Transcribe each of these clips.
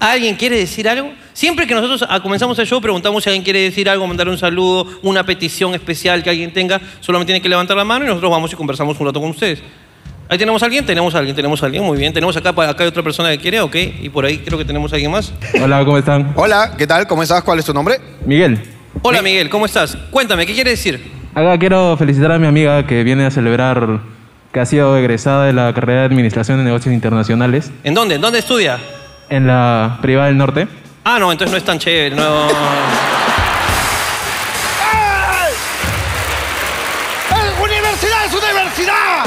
¿Alguien quiere decir algo? Siempre que nosotros ah, comenzamos el show, preguntamos si alguien quiere decir algo, mandar un saludo, una petición especial que alguien tenga. Solamente tiene que levantar la mano y nosotros vamos y conversamos un rato con ustedes. Ahí tenemos a alguien, tenemos a alguien, tenemos a alguien, muy bien. Tenemos acá, acá hay otra persona que quiere, ok. Y por ahí creo que tenemos a alguien más. Hola, Ah, ¿cómo están? Hola, ¿qué tal? ¿Cómo estás? ¿Cuál es tu nombre? Miguel. Hola Miguel, ¿cómo estás? Cuéntame, ¿qué quiere decir? Acá quiero felicitar a mi amiga que viene a celebrar que ha sido egresada de la carrera de Administración de Negocios Internacionales ¿En dónde? ¿En dónde estudia? en la privada del norte. Ah, no, entonces no es tan chévere, no. ¡Universidad es universidad!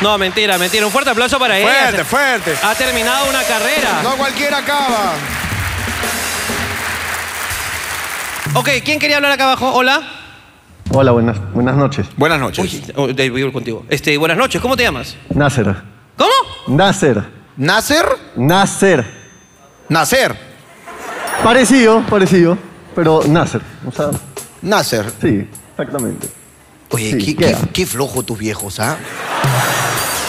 No, mentira, mentira. Un fuerte aplauso para ella. Fuerte, fuerte. Ha terminado una carrera. No cualquiera acaba. Ok, ¿quién quería hablar acá abajo? Hola. Hola, buenas, buenas noches. Buenas noches. Uy, oh, de- voy contigo. Este, buenas noches, ¿cómo te llamas? Nasser. ¿Cómo? Nasser. ¿Nacer? Nasser. Nacer. Parecido, parecido, pero Nasser. O sea, Nacer. sí, exactamente. Oye, Sí, qué, qué, queda. qué flojo tus viejos, ¿ah?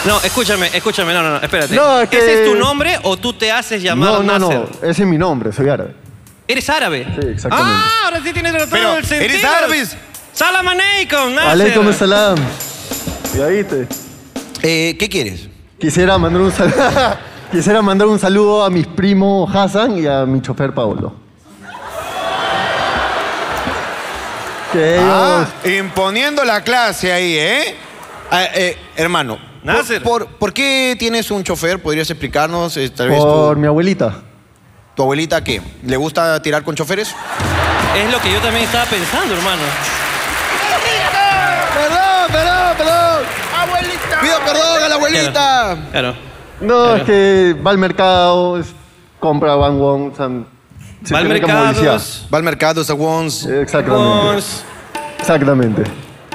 No, escúchame, escúchame, no, no, no, espérate. No, es que- ¿Ese es tu nombre o tú te haces llamar No, no, no. Nasser? Ese es mi nombre, soy árabe. ¿Eres árabe? Sí, exactamente. Ah, ahora sí tienes todo Pero, el sentido. ¿eres árabe? Salam aleikum, Nasser. Aleikum salam. Ya viste. Eh, ¿Qué quieres? Quisiera mandar un saludo. Quisiera mandar un saludo a mis primos Hassan y a mi chofer Paolo. Que ellos- Ah, imponiendo la clase ahí, ¿eh? Ah, eh, hermano. Nacer. Por, por, por qué tienes un chofer? ¿Podrías explicarnos? Eh, tal vez por tu, mi abuelita. tu abuelita, ¿qué? ¿Le gusta tirar con choferes? Es lo que yo también estaba pensando, hermano. Perdón, perdón, perdón. Abuelita. Pido perdón a la abuelita. Claro. No, es que va al mercado, es- compra Van Wong, Sam. se Va al tiene que mercado. movilizar. Va al mercado, Sagons. Exactamente. Exactamente.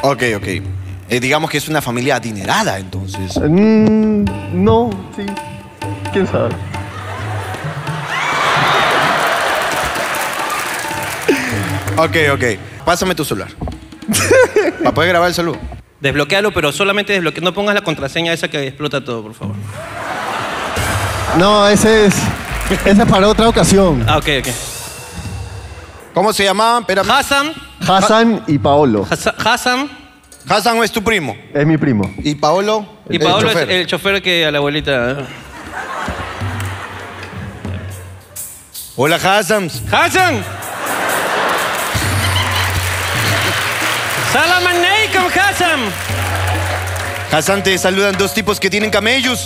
Ok, ok. Eh, digamos que es una familia adinerada, entonces. Mm, no, sí. ¿Quién sabe? Ok, ok. Pásame tu celular. Para poder grabar el saludo. Desbloquealo, pero solamente desbloquea. No pongas la contraseña esa que explota todo, por favor. No, ese es. Ese es para otra ocasión. Ah, ok, ok. ¿Cómo se llamaban? Espérame. Hassan, Hassan y Paolo. Hassa- Hassan Hassan es tu primo. Es mi primo. ¿Y Paolo? y El Paolo es chofer. el chofer que a la abuelita. ¿eh? Hola, Hassan. ¡Hassan! ¡Salam aleikum, Hassan! Hassan, te saludan dos tipos que tienen camellos.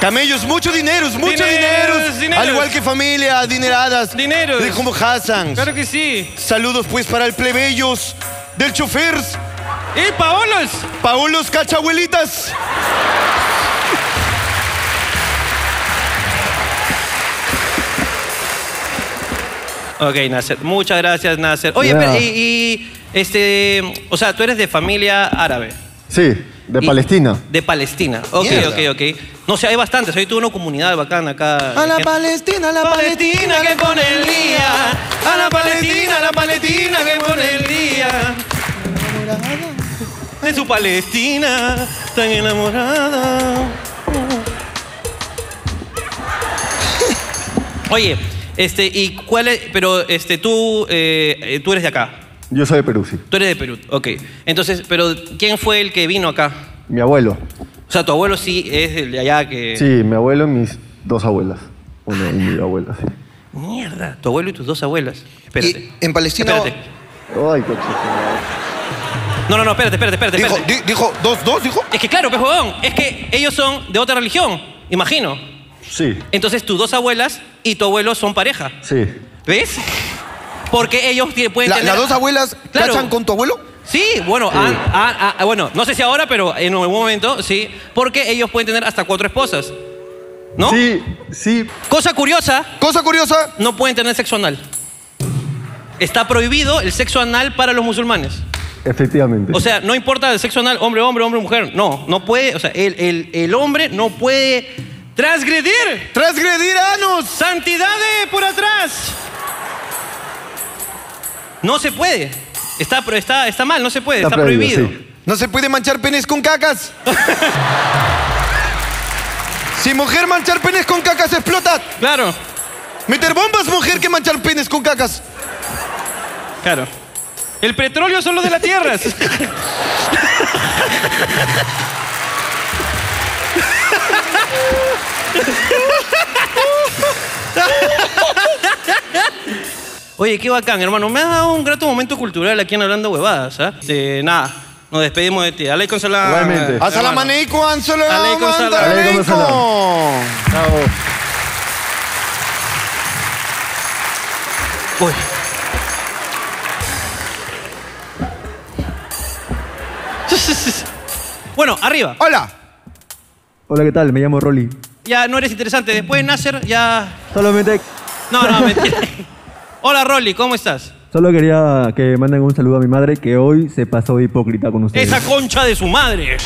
Camellos, mucho dinero, mucho Dineros, dinero. dineros. Al igual que familia, adineradas. Dineros. De como Hassan. Claro que sí. Saludos, pues, para el plebeyos del chofer. ¡Y Paolos! Paolos Cachabuelitas. Ok, Nasser. Muchas gracias, Nasser. Oye, Ya. pero- y, y, este. O sea, tú eres de familia árabe. Sí, de Y- Palestina. De Palestina. Ok, Mierda. ok, ok. No sé, hay bastantes. Hoy tuve una comunidad bacana acá. A la Gente- Palestina, a la Palestina que pone el día. A la Palestina, a la Palestina que pone el día. De su Palestina tan enamorada. Oye, este, ¿y cuál es? Pero este, tú, eh, eh, tú eres de acá. Yo soy de Perú, sí. Tú eres de Perú, ok. Entonces, pero ¿quién fue el que vino acá? Mi abuelo. O sea, tu abuelo sí es el de allá que... Sí, mi abuelo y mis dos abuelas. Una y mi abuela, sí. Mierda, tu abuelo y tus dos abuelas. Espérate. Y en Palestina- Espérate. Ay, qué chico. No, no, no, espérate, espérate, espérate. Dijo, espérate. di- dijo, dos, dos, dijo. Es que claro, pues huevón, es que ellos son de otra religión, imagino. Sí, Entonces tus dos abuelas y tu abuelo son pareja. sí. ¿Ves? Porque ellos tie- pueden La- tener... las dos abuelas Claro. cachan con tu abuelo. Sí, bueno, han- han- han- bueno, no sé si ahora, pero en un momento, sí. Porque ellos pueden tener hasta cuatro esposas. ¿No? Sí, sí. Cosa curiosa, Cosa curiosa, no pueden tener sexo anal. Está prohibido el sexo anal para los musulmanes. Efectivamente. O sea, no importa el sexo anal, hombre, hombre, hombre, mujer. No, no puede, o sea, el, el- el hombre no puede transgredir. transgredir anos. Santidades por atrás. No se puede. Está, pro- está, está mal, no se puede, está, prohibido. sí. No se puede manchar penes con cacas. Si mujer manchar penes con cacas explota, Claro, meter bombas mujer que manchar penes con cacas. claro. El petróleo son los de las tierras. Oye, qué bacán, hermano. Me has dado un grato momento cultural aquí en Hablando Huevadas, ¿ah? Este, nada, nos despedimos de ti. Alaikum salam. Igualmente. Hasta la hermano. maneico, Anzolo. Aleikum salam. Aleikum salam. Chao. Uy. Bueno, arriba. Hola. Hola, ¿qué tal? Me llamo Rolly. Ya no eres interesante. Después de Nasser, ya. Solamente, No, no, mentira. Hola, Rolly, ¿cómo estás? solo quería que manden un saludo a mi madre que hoy se pasó de hipócrita con ustedes. Esa concha de su madre.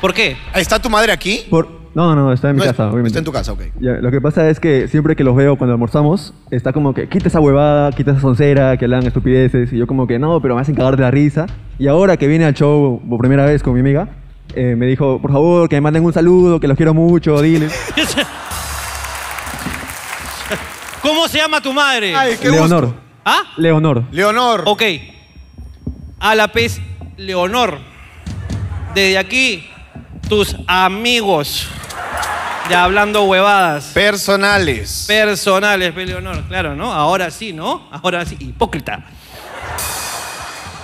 ¿Por qué? ¿Está tu madre aquí? Por... No, no, está en mi No es- casa, obviamente. Está en tu casa, ok. Ya, lo que pasa es que siempre que los veo cuando almorzamos, está como que quita esa huevada, quita esa soncera, que hablan estupideces. Y yo, como que no, pero me hacen cagar de la risa. Y ahora que vine al show por primera vez con mi amiga, eh, me dijo, por favor, que me manden un saludo, que los quiero mucho, dile. ¿Cómo se llama tu madre? Ay, qué Leonor. gusto. ¿Ah? Leonor. Leonor. Ok. A la pez Leonor. Desde aquí, tus amigos. De hablando huevadas. Personales. personales, pe, Leonor. Claro, ¿no? Ahora sí, ¿no? Ahora sí. Hipócrita.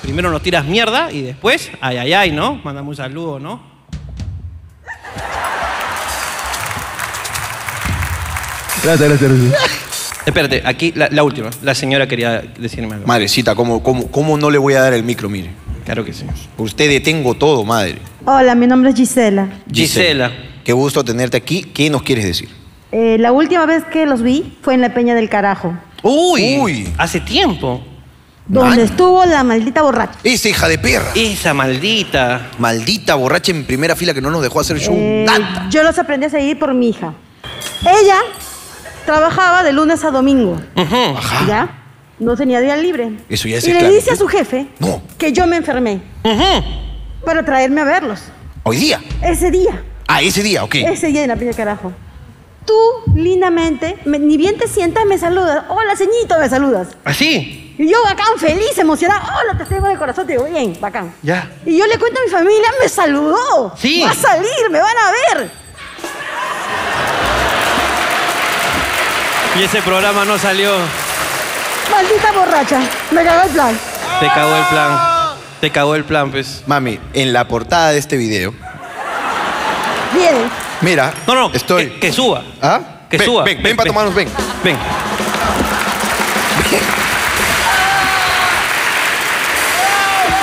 Primero nos tiras mierda y después, ay, ay, ay, ¿no? Mandamos un saludo, ¿no? Gracias, gracias. gracias. Espérate, aquí la, la última. La señora quería decirme algo. Madrecita, ¿cómo, cómo, ¿cómo no le voy a dar el micro? Mire. Claro que sí. Por usted detengo todo, madre. Hola, mi nombre es Gisela. Gisela. Qué gusto tenerte aquí. ¿Qué nos quieres decir? Eh, la última vez que los vi fue en la Peña del Carajo, Uy, Uy. Hace tiempo. donde Ay. estuvo la maldita borracha. Esa hija de perra. Esa maldita. Maldita borracha en primera fila que no nos dejó hacer show. Eh, Nada. yo los aprendí a seguir por mi hija. Ella trabajaba de lunes a domingo, Ujú. ¿ya? No tenía día libre. Eso ya es Y le esclavitud. dice a su jefe No. que yo me enfermé Ujú. para traerme a verlos. Hoy día. Ese día, Ah, ese día, ok. ese día en la Peña del Carajo. Tú, lindamente, me- ni bien te sientas, me saludas. Hola, ceñito, me saludas. ¿Ah, Así. Y yo bacán, feliz, emocionada. Hola, te tengo de corazón, te digo, bien, bacán. Ya. Y yo le cuento a mi familia, me saludó. Sí. Va a salir, me van a ver. Y ese programa no salió. Maldita borracha. Me cagó el plan. Te cagó el plan. Te cagó el plan, pues. Mami, en la portada de este video. Viene. Mira. No, no. Estoy. Que, que suba. ¿Ah? Que ven, suba. Ven, ven, para tomarnos, ven. Ven.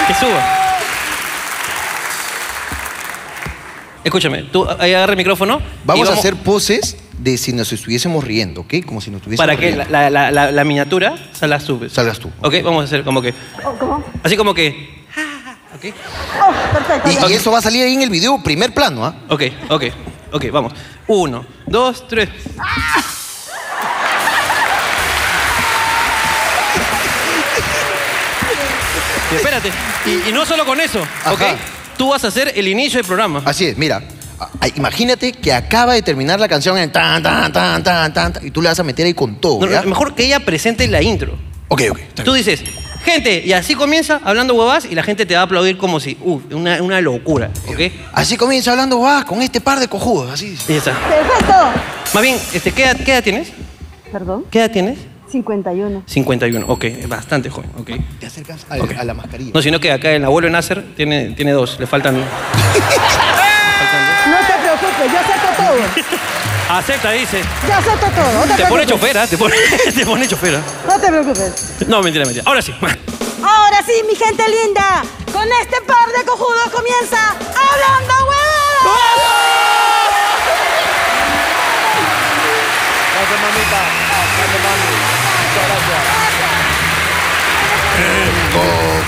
Que suba. Escúchame, tú ahí agarra el micrófono. y Vamos, a hacer poses de si nos estuviésemos riendo, ¿ok? Como si nos estuviésemos Para que riendo. la, la- la- la- la miniatura salga tú. Salgas tú. Ok, vamos a hacer como que. Oh, ¿Cómo? Así como que. Ok, Oh, perfecto. Y, ya. y eso va a salir ahí en el video primer plano, ¿ah? ok, ok, ok, vamos. Uno, dos, tres. Y espérate, y, y no solo con eso, ¿ok? Ajá. Tú vas a hacer el inicio del programa. Así es, mira. A- a- Imagínate que acaba de terminar la canción en tan, tan, tan, tan, tan, tan, y tú le vas a meter ahí con todo, No, no, ¿ya? mejor que ella presente la intro. Ok, ok. está Tú bien. dices, gente, y así comienza hablando huevas y la gente te va a aplaudir como si, uh, una, una locura, ¿ok? Así comienza hablando, va, con este par de cojudos, así. Y ya está. Perfecto. Más bien, este, ¿qué, edad, ¿qué edad tienes? Perdón. ¿Qué edad tienes? 51. 51, ok, bastante joven, ok. Te acercas a, a la mascarilla. No, sino que acá el abuelo de Nasser tiene, tiene dos, le faltan... No te preocupes, yo acepto todo. Acepta, dice. Yo acepto todo. No te, Te pone preocupes. chofera, te pone, te pone ¿ah? chofera. No te preocupes. No, mentira, mentira. Ahora sí. Ahora sí, mi gente linda. Con este par de cojudos comienza Hablando Huevadas.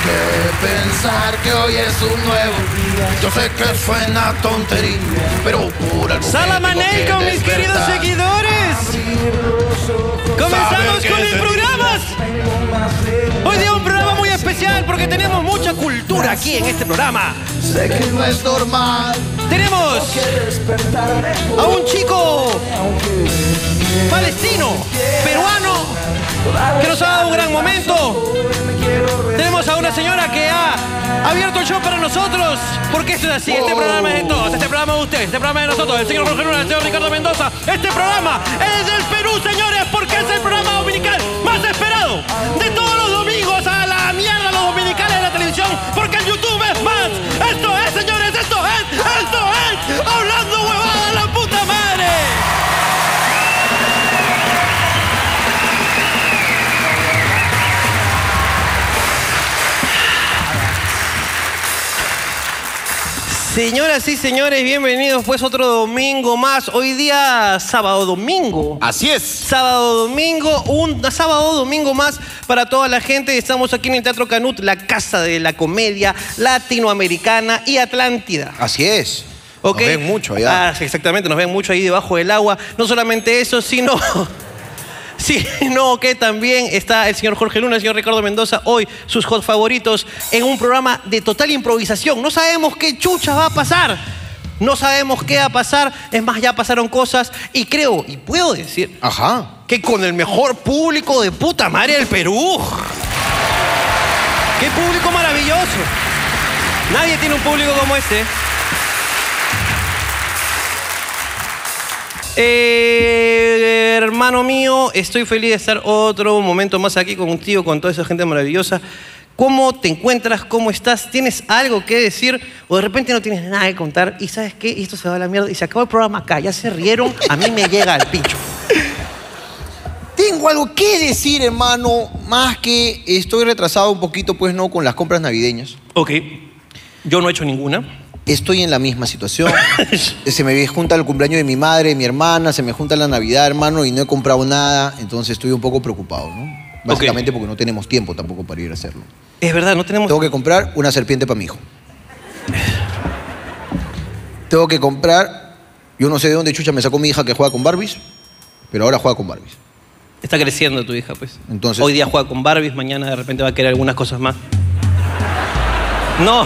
que pensar que hoy es un nuevo día. Yo sé que suena tontería, pero por algo. Salamaneico, mis queridos seguidores. Comenzamos con el programa. Hoy día un programa muy especial porque tenemos mucha cultura aquí en este programa. Sé que no es normal Tenemos a un chico palestino, peruano, que nos ha dado un gran momento. Tenemos a una señora que ha abierto el show para nosotros, porque esto es así, este programa es de todos, este programa es de ustedes, este programa es de nosotros, el señor Jorge Luna, el señor Ricardo Mendoza, este programa es del Perú, señores, porque es el programa dominical más esperado de todos los domingos a la mierda los dominicales de la televisión, porque el YouTube es más. Esto es, señores, esto es, esto es, hablando huevada la puta madre. Señoras y señores, bienvenidos pues otro domingo más. Hoy día sábado domingo. Así es. Sábado domingo, un sábado domingo más para toda la gente. Estamos aquí en el Teatro Canut, la casa de la comedia latinoamericana y Atlántida. Así es. ¿ok? Nos ven mucho allá. Ah, sí, exactamente, nos ven mucho ahí debajo del agua. No solamente eso, sino. Sino que también está el señor Jorge Luna, el señor Ricardo Mendoza, hoy sus hot favoritos, en un programa de total improvisación. No sabemos qué chucha va a pasar. No sabemos qué va a pasar. Es más, ya pasaron cosas. Y creo, y puedo decir, Ajá. que con el mejor público de puta madre del Perú. ¡Qué público maravilloso! Nadie tiene un público como este. Eh, hermano mío, estoy feliz de estar otro momento más aquí contigo, con toda esa gente maravillosa. ¿Cómo te encuentras? ¿Cómo estás? ¿Tienes algo que decir? O de repente no tienes nada que contar. ¿Y sabes qué? Y esto se va a la mierda. Y se acabó el programa acá. Ya se rieron. A mí me llega al pincho. Tengo algo que decir, hermano, más que estoy retrasado un poquito, pues no, con las compras navideñas. Ok. Yo no he hecho ninguna. Estoy en la misma situación. se me junta el cumpleaños de mi madre, de mi hermana, se me junta la Navidad, hermano, y no he comprado nada, entonces estoy un poco preocupado, ¿no? Básicamente porque no tenemos tiempo tampoco para ir a hacerlo. Es verdad, no tenemos. Tengo que comprar una serpiente para mi hijo. Tengo que comprar, yo no sé de dónde chucha me sacó mi hija que juega con Barbies, pero ahora juega con Barbies. Está creciendo tu hija, pues. Entonces- Hoy día juega con Barbies, mañana de repente va a querer algunas cosas más. No,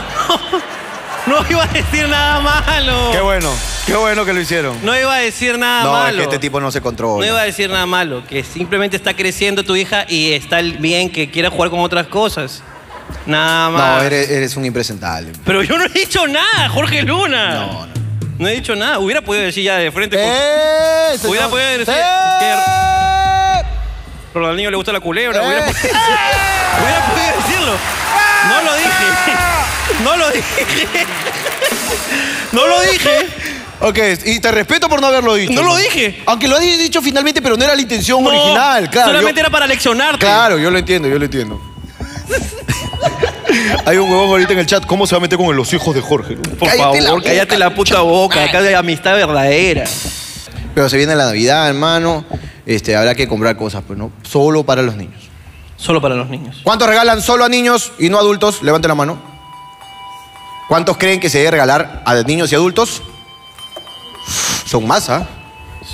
no, iba a decir nada malo. Qué bueno. Qué bueno que lo hicieron. No iba a decir nada No, Ah, malo. es que este tipo no se No controla. iba a decir nada malo, que simplemente está creciendo tu hija y está el bien que quiera jugar con otras cosas. Nada más. No, eres, eres un impresentable. Pero yo no he dicho nada, Jorge Luna. No, no. No he dicho nada. Hubiera podido decir ya de frente. con- ¡Eh! señor! Hubiera podido decir ¡Eh! Pero al niño le gusta la culebra. Eh. Hubiera, podido, hubiera podido decirlo. No lo dije. No lo dije. No lo dije. Ok, y te respeto por no haberlo dicho. No lo dije. Aunque lo hayas dicho finalmente, pero no era la intención No, original, claro. yo, Solamente era para leccionarte. Claro, yo lo entiendo, yo lo entiendo. Hay un huevón ahorita en el chat. ¿Cómo se va a meter con los hijos de Jorge? Por Cállate favor, la boca, cállate la puta boca. Acá de amistad verdadera. Pero se viene la Navidad, hermano. Este, habrá que comprar cosas, pues no. Solo para los niños. Solo para los niños. ¿Cuántos regalan solo a niños y no adultos? Levante la mano. ¿Cuántos creen que se debe regalar a niños y adultos? Son más, ¿ah?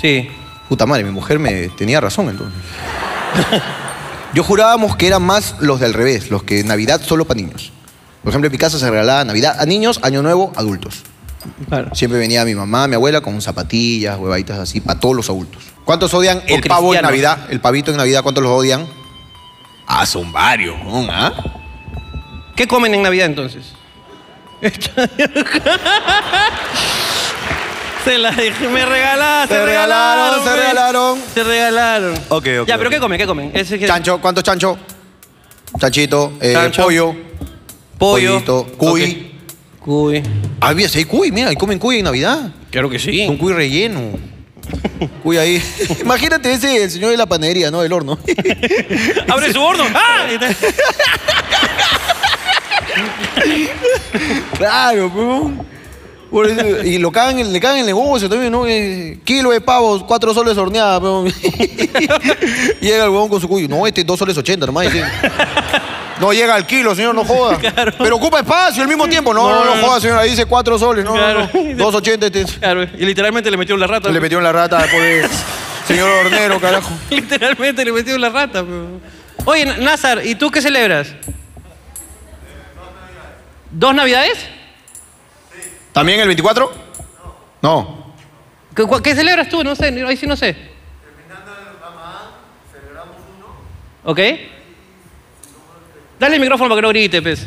Sí. Puta madre, mi mujer me tenía razón entonces. Yo jurábamos que eran más los del revés, los que Navidad solo para niños. Por ejemplo, en mi casa se regalaba Navidad a niños, Año Nuevo, adultos. Claro. Siempre venía mi mamá, mi abuela con zapatillas, huevaditas así, para todos los adultos. ¿Cuántos odian el pavo en cristianos. Navidad? El pavito en Navidad, ¿cuántos los odian? Ah, son varios, ¿no? ¿Ah? ¿Qué comen en Navidad entonces? se la dejé, me regalaste, Se regalaron, se pues. regalaron. Se regalaron. Ok, ok, Ya, pero ok. ¿qué comen? ¿Qué comen? Ese que- Chancho, ¿cuántos chancho? Chanchito, eh, Chancho. pollo, pollo, pollito, cuy. Ok. Cuy. Había seis cuy, mira, y comen cuy en Navidad. Claro que sí. Un cuy relleno. Cuy ahí. Imagínate ese, el señor de la panadería, ¿no? Del horno. Abre su horno. ¡Ah! Y te- claro, pum. Por eso- Y lo cagan, en- le cagan en el negocio también, ¿no? Eh, kilo de pavos, cuatro soles horneada, pum. Llega el huevón con su cuy. No, este dos soles ochenta, nomás. este. No llega al kilo, señor, no joda. Claro. Pero ocupa espacio al mismo tiempo. No, no, no, joda, señor. Ahí dice cuatro soles. No, Claro. no, no. Dos ochenta este. Claro, y literalmente le metieron la rata. Le metieron la rata pues. después de- Señor hornero, carajo. Literalmente le metieron la rata. pero- Oye, N- Nazar, ¿y tú qué celebras? ¿Dos navidades? ¿También el 24? No. ¿Qué, cua- qué celebras tú? No sé, ahí sí no sé. ¿Ok? Dale el micrófono para que no grite, pez.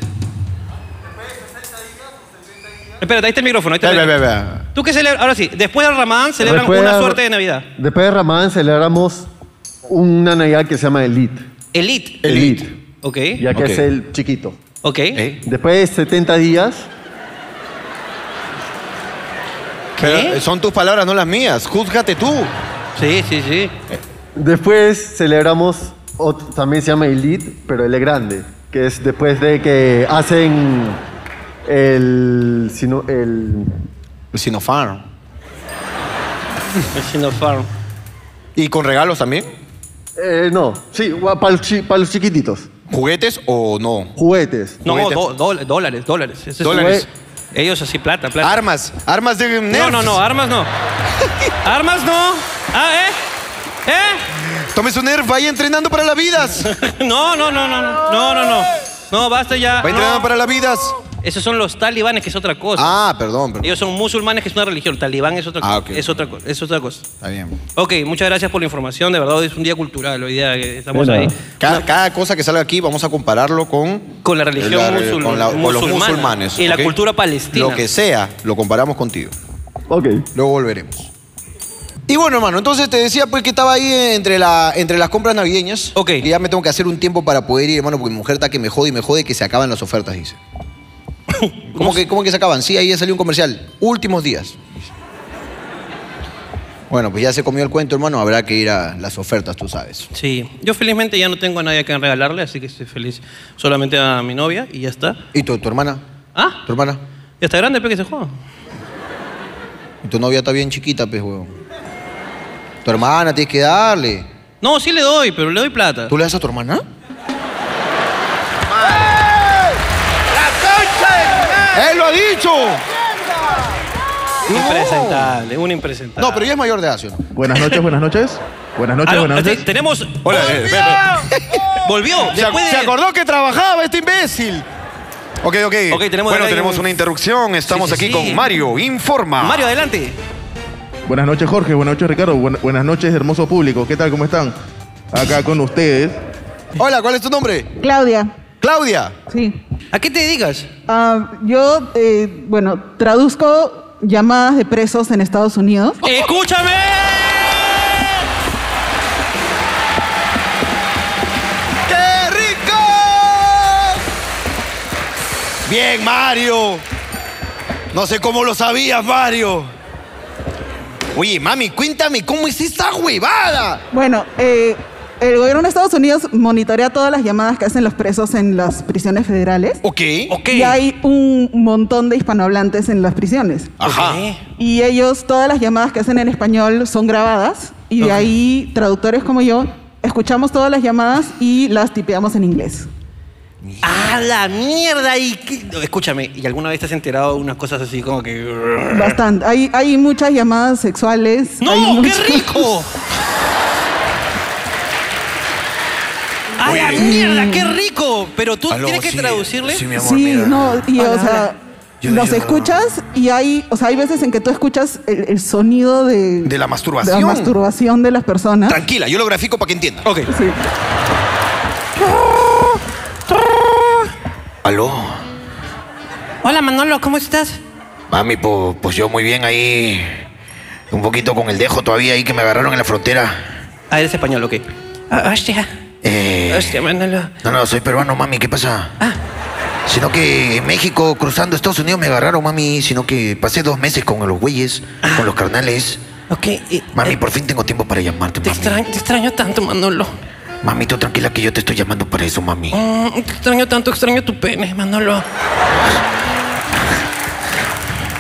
Espérate, ahí está el micrófono. Ahí está Ve, el ve, ve, micrófono. ve. ¿Tú qué celebras? Ahora sí, después del Ramadán celebran Después una de- suerte de Navidad. Después de Ramadán celebramos una Navidad que se llama Elite. Elite. Elite. Ok, Ya que Ok. es el chiquito. ok. ¿Eh? Después de 70 días, Pero eh, son tus palabras, no las mías. Júzgate tú. Sí, sí, sí. después celebramos, ot- también se llama Elite, pero el grande, que es después de que hacen el... sino- el El Sinopharm. El Sinopharm. ¿Y con regalos también? eh, no, sí, para los chiquititos. ¿Juguetes o no? Juguetes. No, Juguetes. do- dola- dólares, dólares. Ese es un- Dólares. Ellos así, plata, plata. Armas. Armas de no, Nerf. no, no, armas no. armas no. Ah, ¿eh? ¿Eh? Tome su Nerf, vaya entrenando para las vidas. No, no, no, no, no, no, no, no. No, basta ya. Va entrenando no. para las vidas. Esos son los talibanes, que es otra cosa. Ah, perdón, perdón. Ellos son musulmanes, que es una religión. Talibán es otra cosa. Ah, ok. Es otra cosa. Es otra cosa. Está bien. Ok, muchas gracias por la información. De verdad, hoy es un día cultural. Hoy día que estamos De ahí. nada. Cada, cada cosa que salga aquí vamos a compararlo con... Con la religión la- eh, musulmana. con la- con los musulmanes. Y la ¿ok? cultura palestina. Lo que sea, lo comparamos contigo. Ok. Luego volveremos. Y bueno, hermano, entonces te decía pues que estaba ahí entre, la, entre las compras navideñas. Ok. Y ya me tengo que hacer un tiempo para poder ir, hermano, porque mi mujer está que me jode y me jode que se acaban las ofertas, dice. ¿Cómo que, ¿Cómo que se acaban? Sí, ahí ya salió un comercial. Últimos días. Bueno, pues ya se comió el cuento, hermano. Habrá que ir a las ofertas, tú sabes. Sí, yo felizmente ya no tengo a nadie a quien regalarle, así que estoy feliz solamente a mi novia y ya está. ¿Y tu, tu hermana? Ah, ¿Tu hermana? ya está grande, pero que se juega. ¿Y tu novia está bien chiquita, pues, huevón? Tu hermana, tienes que darle. No, sí le doy, pero le doy plata. ¿Tú le das a tu hermana? ¡Él lo ha dicho! Un impresentable, un impresentable. No, pero ella es mayor de edad, ¿sí o no? Buenas noches, buenas noches. Buenas noches, Ah, no, buenas te- noches. tenemos. Hola, eh, espera, Volvió. Se, Después de- se acordó que trabajaba este imbécil. Ok, ok. Ok, tenemos bueno, acá tenemos un- una interrupción. Estamos sí, aquí sí. con Mario. Informa. Mario, adelante. Buenas noches, Jorge. Buenas noches, Ricardo. Buen- buenas noches, hermoso público. ¿Qué tal? ¿Cómo están? Acá con ustedes. Hola, ¿cuál es tu nombre? Claudia, Claudia. sí. ¿A qué te dedicas? Ah, yo, eh, bueno, traduzco llamadas de presos en Estados Unidos. ¡Escúchame! ¡Qué rico! Bien, Mario. No sé cómo lo sabías, Mario. Oye, mami, cuéntame, ¿cómo es esta huevada? Bueno, eh, el gobierno de Estados Unidos monitorea todas las llamadas que hacen los presos en las prisiones federales. Ok. Ok. Y hay un montón de hispanohablantes en las prisiones. Ajá. Y ellos, todas las llamadas que hacen en español son grabadas. Y de ahí, traductores como yo, escuchamos todas las llamadas y las tipeamos en inglés. ¡A la mierda! Y qué- no, Escúchame, ¿y alguna vez te has enterado de unas cosas así como que. Bastante. Hay, hay muchas llamadas sexuales. hay ¡No! ¡Qué muchas- rico! ¡A la mierda! ¡Qué rico! Pero tú Aló, tienes que sí, traducirle. sí, mi amor, Sí, mira. no, y o sea, Yo- los yo- escuchas y hay, o sea, hay veces en que tú escuchas el, el sonido de, De la masturbación. de la masturbación de las personas. Tranquila, yo lo grafico para que entienda. Ok. Sí. Aló. Hola Manolo, ¿cómo estás? Mami, pues, pues yo muy bien ahí. Un poquito con el dejo todavía ahí que me agarraron en la frontera. Ah, eres español, ok. Ah, hostia. Eh, Hostia, Manolo. no, no, soy peruano, mami, ¿qué pasa? Ah. Sino que en México, cruzando Estados Unidos, me agarraron, mami. Sino que pasé dos meses con los güeyes, con los carnales. Ah. Ok. y- Mami, eh, por fin tengo tiempo para llamarte, te, mami. extraño, te extraño tanto, Manolo. Mami, tú tranquila que yo te estoy llamando para eso, mami. Mm, te extraño tanto, extraño tu pene, Manolo.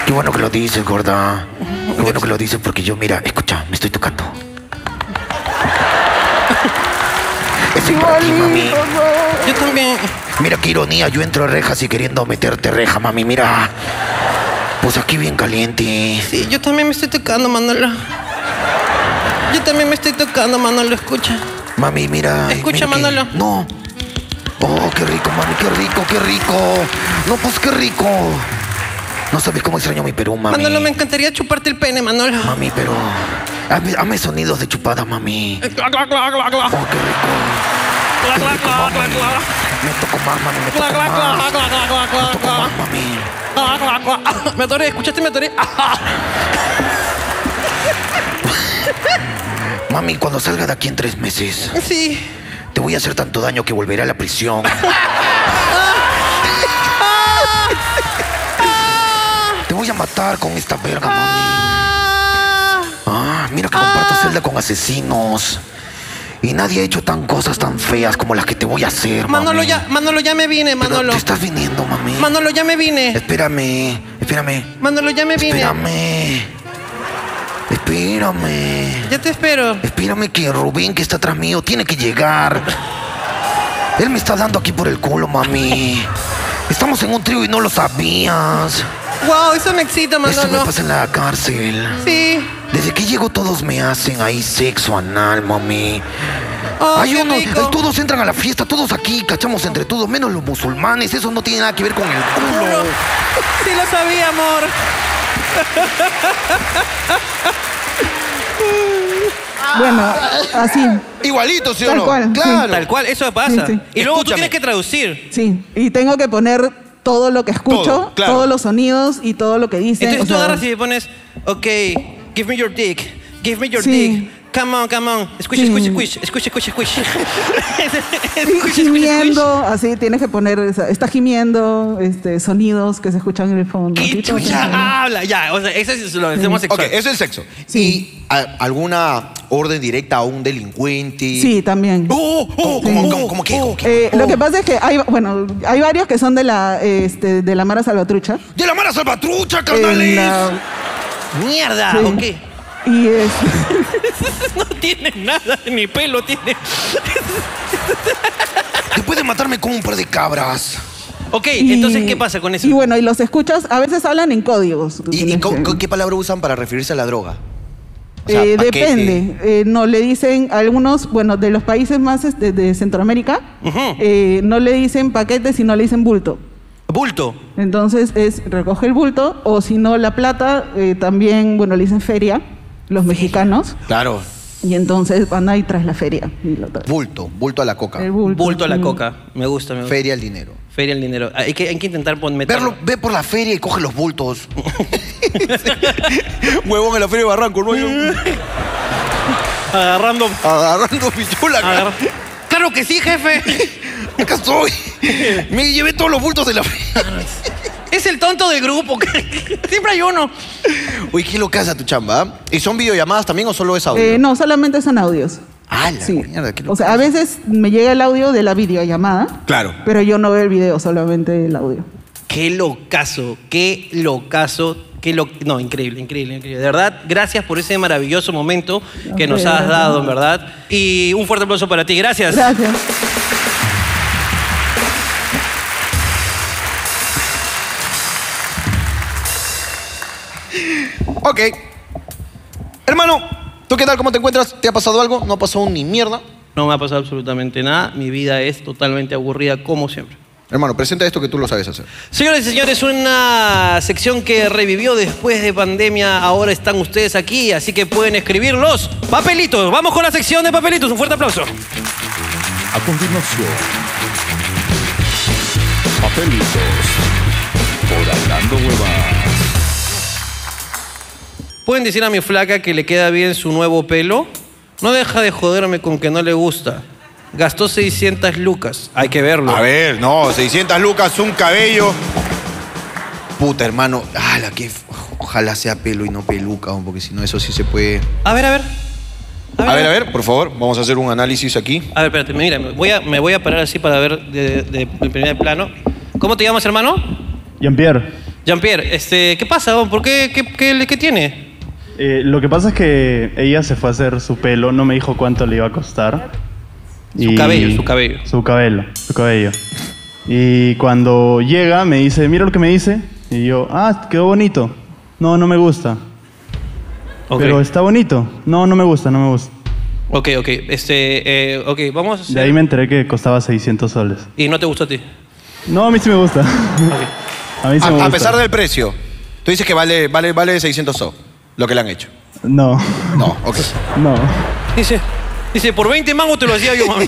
Qué bueno que lo dices, gorda. Qué bueno que lo dices porque yo, mira, escucha, me estoy tocando. Estoy por aquí, mami. Yo también. Mira qué ironía, yo entro a rejas y queriendo meterte reja, mami, mira. Pues aquí bien caliente. Sí, yo también me estoy tocando, Manolo. Yo también me estoy tocando, Manolo, escucha. Mami, mira. Escucha, mira que- Manolo. No. Oh, qué rico, mami, qué rico, qué rico. No, pues qué rico. No sabes cómo extraño mi Perú, mami. Oh, Manolo, me encantaría chuparte el pene, Manolo. Mami, pero. Hazme, hazme sonidos de chupada, mami. Oh, qué rico. Qué rico, mami. Me toco más, mami, me toco más. Me toco más, mami. Me atoré, ¿escuchaste? Me atoré. Mami, cuando salga de aquí en tres meses, Sí. te voy a hacer tanto daño que volveré a la prisión. Te voy a matar con esta verga, mami. Ah, mira que comparto celda con asesinos. Y nadie ha hecho tan cosas tan feas como las que te voy a hacer, mami. Manolo, ya, Manolo, ya me vine, Pero Manolo. te estás viniendo, mami. Manolo, ya me vine. Espérame, espérame. Manolo, ya me vine. Espérame. Espérame. Ya te espero. Espérame que Rubén, que está atrás mío, tiene que llegar. Él me está dando aquí por el culo, mami. Estamos en un trío y no lo sabías. Wow, eso me excita, Esto me Manolo. pasa en la cárcel. Sí. Desde que llego todos me hacen ahí sexo anal, mami. Oh, Hay qué unos- rico. todos entran a la fiesta, todos aquí, cachamos entre todos, menos los musulmanes. Eso no tiene nada que ver con el culo. Sí lo sabía, amor. ¡Ah! Bueno, así. Igualito, ¿sí o Tal no? cual, sí. claro. Tal cual, eso pasa. Sí, sí. Y luego tú Escúchame. tienes que traducir. Sí, y tengo que poner todo lo que escucho, Todo, claro. todos los sonidos y todo lo que dicen. Entonces o tú sea, agarras y le pones, ok, give me your dick, give me your Sí. dick, come on, come on, squish, Sí. squish, squish, squish, squish, squish. sí, Squish, squish, gimiendo, así tienes que poner, o sea, está gimiendo, este, sonidos que se escuchan en el fondo. squish. así Y todo tú eso. ya habla, ya, o sea, eso es lo hacemos Ok, sexual. eso es el sexo. Sí. ¿Y a- alguna orden directa a un delincuente? Sí, también. Oh, oh, ¿cómo, cómo, cómo qué? ¿Cómo qué? Oh. Eh, Lo que pasa es que hay, bueno, hay varios que son de la, este, de la Mara Salvatrucha. ¡De la mala salvatrucha, En carnales! la- Mierda, sí. ok. Y es, No tiene nada, ni pelo tiene. Después de matarme con un par de cabras. Ok, y- entonces, ¿qué pasa con eso? Y bueno, y los escuchas, a veces hablan en códigos. ¿Y- ¿Y, Tienes cómo- que- qué palabra usan para referirse a la droga? O sea, Eh, paquete. depende. Eh, no le dicen algunos, bueno, de los países más este, de Centroamérica, eh, no le dicen paquete, sino le dicen bulto. Bulto. Entonces es recoge el bulto, o si no la plata, eh, también, bueno, le dicen feria, los mexicanos, Claro, y entonces van ahí tras la feria. y lo traen. bulto, bulto a la coca. El bulto. Mm. Bulto a la sí. coca. Me gusta, me gusta. Feria al dinero. Feria el dinero. Hay que, hay que intentar pon- meterlo. Verlo, ve por la feria y coge los bultos. Huevón en la feria de Barranco, ¿no? Agarrando. Agarrando pichula. agarra- Claro que sí, jefe. Acá estoy. Me llevé todos los bultos de la feria. Es el tonto del grupo. Siempre hay uno. Uy, qué loca es tu chamba. ¿ah? ¿Y son videollamadas también o solo es audio? Eh, no, solamente son audios. ¡Hala, Sí. mierda, qué O sea, a veces me llega el audio de la videollamada. Claro. Pero yo no veo el video, solamente el audio. Qué locazo, qué locazo, qué lo... No, increíble, increíble, increíble. De verdad, gracias por ese maravilloso momento que nos has dado, en verdad. Y un fuerte aplauso para ti, gracias. Gracias. Ok. Hermano, ¿tú qué tal? ¿Cómo te encuentras? ¿Te ha pasado algo? ¿No ha pasado ni mierda? No me ha pasado absolutamente nada, Ah, mi vida es totalmente aburrida como siempre. Hermano, presenta esto que tú lo sabes hacer. Señores y señores, una sección que revivió después de pandemia, ahora están ustedes aquí, así que pueden escribir los papelitos. Vamos con la sección de papelitos, un fuerte aplauso. A continuación, papelitos por Hablando Huevadas. ¿Pueden decir a mi flaca que le queda bien su nuevo pelo? No deja de joderme con que no le gusta. Gastó 600 lucas. Hay que verlo. A ver, no, 600 lucas, un cabello. Puta, hermano. ¡Hala, que f- Ojalá sea pelo y no peluca, porque si no, eso sí se puede. A ver, a ver. A ver, a ver, por favor, vamos a hacer un análisis aquí. A ver, espérate. Mira, me voy a, me voy a parar así para ver de, de- de primer plano. ¿Cómo te llamas, hermano? Jean-Pierre, Jean-Pierre, este, ¿qué pasa? don? ¿Por qué, qué, qué- qué tiene? eh, lo que pasa es que ella se fue a hacer su pelo, no me dijo cuánto le iba a costar. Su cabello, su cabello. Su cabello, su cabello. Y cuando llega me dice, mira lo que me dice. Y yo, ah, quedó bonito. No, no me gusta. Ok, Pero está bonito. No, no me gusta, no me gusta. ok, ok. Este, eh, ok, vamos a hacer- De ahí me enteré que costaba 600 soles. Y no te gustó a ti. No, a mí sí me gusta. a mí sí me A, gusta. a pesar del precio. Tú dices que vale, vale, vale 600 so, lo que le han hecho. No, No, ok. no. Dice, dice, por 20 mangos te lo hacía yo, mami.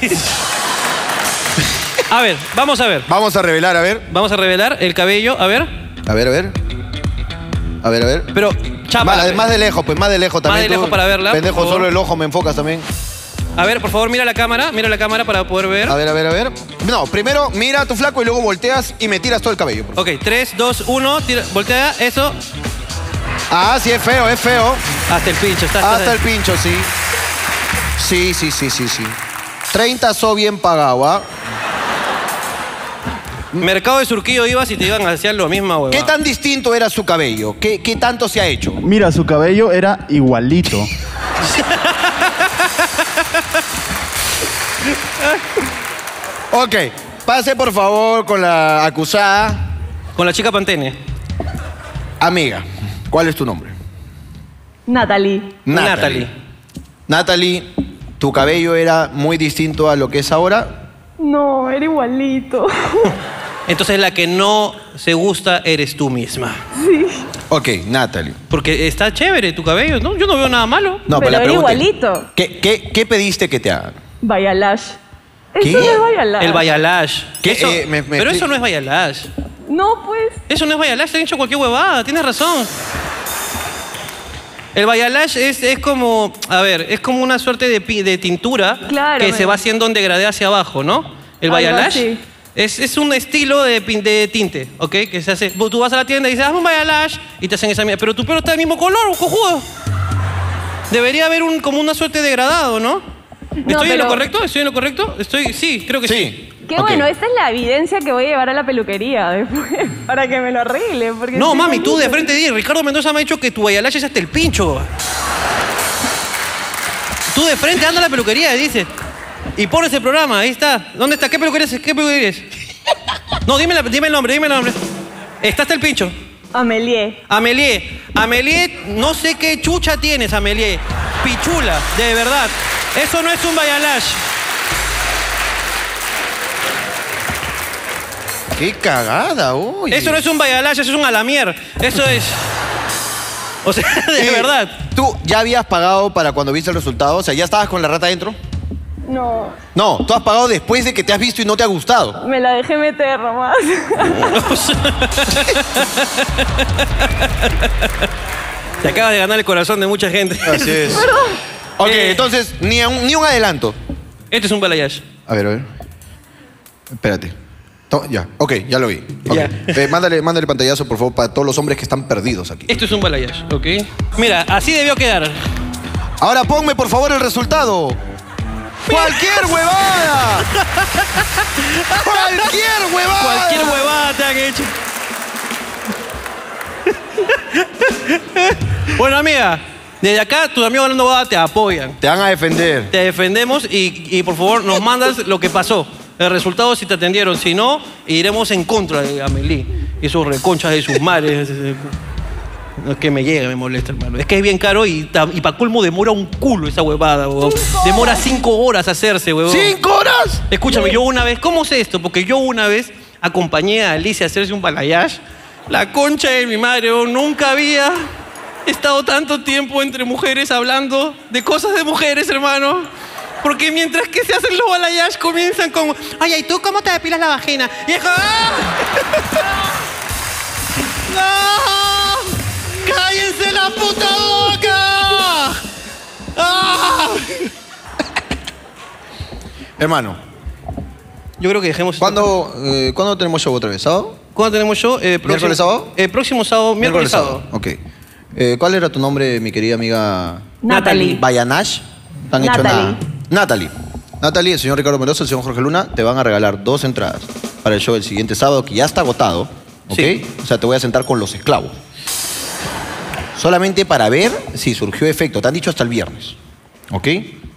A ver, vamos a ver. Vamos a revelar, a ver. Vamos a revelar el cabello, a ver. A ver, a ver. A ver, a ver. Pero, chapa. Más, más de lejos, pues más de lejos Más también. de tú, lejos para verla, por Pendejo, favor. solo el ojo me enfocas también. A ver, por favor, mira la cámara, mira la cámara para poder ver. A ver, a ver, a ver. No, primero mira a tu flaco y luego volteas y me tiras todo el cabello. pues. por favor. Ok, 3, 2, 1, tira, voltea, eso. Ah, sí, es feo, es feo. Hasta el pincho, está Hasta el pincho, sí. Sí, sí, sí, sí, sí. 30 so bien pagado, ¿ah? Mercado de Surquillo ibas y te iban a hacer lo mismo, huevón. ¿Qué tan distinto era su cabello? ¿Qué, qué tanto se ha hecho? Mira, su cabello era igualito. Ok, pase por favor con la acusada. Con la chica Pantene. Amiga, ¿cuál es tu nombre? Natalie. Natalie. Natalie, tu cabello era muy distinto a lo que es ahora. No, era igualito. Entonces la que no se gusta eres tú misma. Sí. Ok, Natalie. Porque está chévere tu cabello, ¿no? Yo no veo nada malo. No, pero, Pero la era pregunta es, igualito. ¿qué, qué, qué pediste que te hagan? Vaya lash. ¿Qué? Eso no es vaya lash. El Bayalash. ¿Qué? Eso- Eh, me- me pero expli- eso no es Bayalash. No, pues. Eso no es Bayalash, te han hecho cualquier huevada, tienes razón. El Bayalash es, es como, a ver, es como una suerte de, pi- de tintura Claro, que me- se va haciendo en degradé hacia abajo, ¿no? El Algo Bayalash así. es, es un estilo de, pin- de tinte, ¿ok? Que se hace. Tú vas a la tienda y dices, hazme un Bayalash y te hacen esa mierda. Pero tu pelo está del mismo color, cojudo. Debería haber un, como una suerte de degradado, ¿no? ¿Estoy en pero- lo correcto? ¿Estoy en lo correcto? Estoy, sí, creo que sí. Qué Ok. bueno, esta es la evidencia que voy a llevar a la peluquería después para que me lo arregle. Porque No, estoy mami, tú de feliz. frente di, Ricardo Mendoza me ha dicho que tu guayalache es hasta el pincho. Tú de frente anda a la peluquería, dice. Y pones el programa, ahí está. ¿Dónde está? ¿Qué peluquería es? ¿Qué peluquería es? No, dime, la- dime el nombre, dime el nombre. Está hasta el pincho. Amelie. Amelie. Amelie, no sé qué chucha tienes, Amelie. Pichula, de verdad. Eso no es un bayalash. Qué cagada, uy. Eso no es un bayalash, eso es un alamier. Eso es... O sea, de Eh, verdad. ¿Tú ya habías pagado para cuando viste el resultado? O sea, ¿ya estabas con la rata adentro? No, No, tú has pagado después de que te has visto y no te ha gustado. me la dejé meter nomás. Te acabas de ganar el corazón de mucha gente. Así es. Ok, Eh. entonces, ni un, ni un adelanto. Este es un balayage. A ver, a ver. Espérate. To- ya, ok, ya lo vi. Ok. Ya. Eh, mándale, mándale pantallazo, por favor, para todos los hombres que están perdidos aquí. Esto es un balayage, ¿ok? Mira, así debió quedar. Ahora ponme, por favor, el resultado. ¡Cualquier huevada! ¡Cualquier huevada! Cualquier huevada te han hecho. bueno, amiga, desde acá tus amigos hablando huevada te apoyan. Te van a defender. Te defendemos y, y, por favor nos mandas lo que pasó. El resultado si te atendieron. Si no, iremos en contra de Amelie y sus reconchas de sus mares. No es que me llega, me molesta, hermano. Es que es bien caro y, ta- y pa' colmo demora un culo esa huevada, huevón. Demora cinco horas hacerse, huevón. ¡Cinco horas! Escúchame, yo una vez, ¿cómo sé esto? Porque yo una vez acompañé a Alicia a hacerse un balayage. La concha de mi madre, oh, nunca había estado tanto tiempo entre mujeres hablando de cosas de mujeres, hermano. Porque mientras que se hacen los balayage comienzan con, oye, ¿y tú cómo te depilas la vagina? Y es como, "Ah, ¡No! ¡Cállense la puta boca! ¡Ah! Hermano, Yo creo que dejemos... ¿cuándo, eh, ¿cuándo tenemos show otra vez? ¿Sábado? ¿Cuándo tenemos yo? Eh, ¿Miércoles, sábado? Eh, próximo sábado, miércoles, sábado. Ok. Eh, ¿Cuál era tu nombre, mi querida amiga? Natalie. Bayanash. ¿Te han hecho Natalie. nada? Natalie. Natalie, el señor Ricardo Mendoza, el señor Jorge Luna, te van a regalar dos entradas para el show del siguiente sábado, que ya está agotado. ¿Ok? Sí. O sea, te voy a sentar con los esclavos. Solamente para ver si surgió efecto. Te han dicho hasta el viernes. ¿Ok?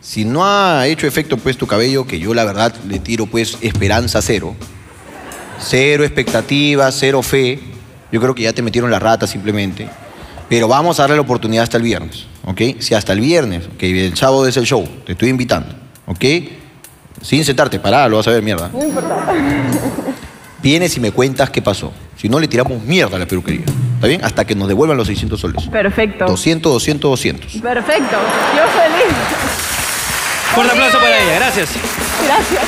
Si no ha hecho efecto, pues, tu cabello, que yo la verdad le tiro, pues, esperanza cero. Cero expectativa, cero fe. Yo creo que ya te metieron la rata simplemente. Pero vamos a darle la oportunidad hasta el viernes, ¿ok? Si hasta el viernes, que el sábado es el show, te estoy invitando, ¿ok? Sin sentarte, pará, lo vas a ver, mierda. No importa. Vienes y me cuentas qué pasó. Si no, le tiramos mierda a la peluquería. ¿Está bien? Hasta que nos devuelvan los 600 soles. Perfecto. 200, 200, 200. Perfecto. Yo feliz. Fuerte aplauso pues. para ella, gracias. Gracias.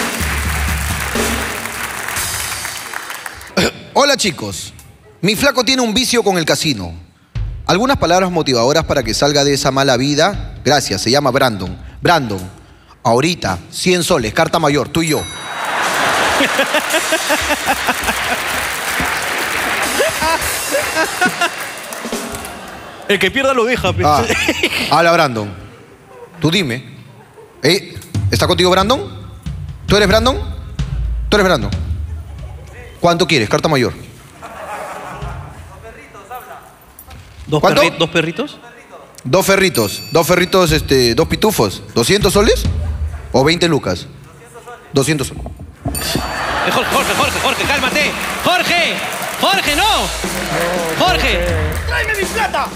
Hola chicos, mi flaco tiene un vicio con el casino. Algunas palabras motivadoras para que salga de esa mala vida. Gracias, se llama Brandon. Brandon, ahorita, 100 soles, carta mayor, tú y yo. El que pierda lo deja. pe. Ah, habla Brandon. Tú dime. Eh, ¿Está contigo Brandon? ¿Tú eres Brandon? ¿Tú eres Brandon? ¿Cuánto quieres? Carta mayor. ¿Dos, ¿Cuánto? perri- ¿Dos perritos? Dos ferritos. Dos ferritos, este, dos pitufos. ¿200 soles? ¿O 20 lucas? 200 soles. Eh, Jorge, Jorge, Jorge, Jorge, cálmate. Jorge, Jorge, no. Jorge. ¡Tráeme mi plata!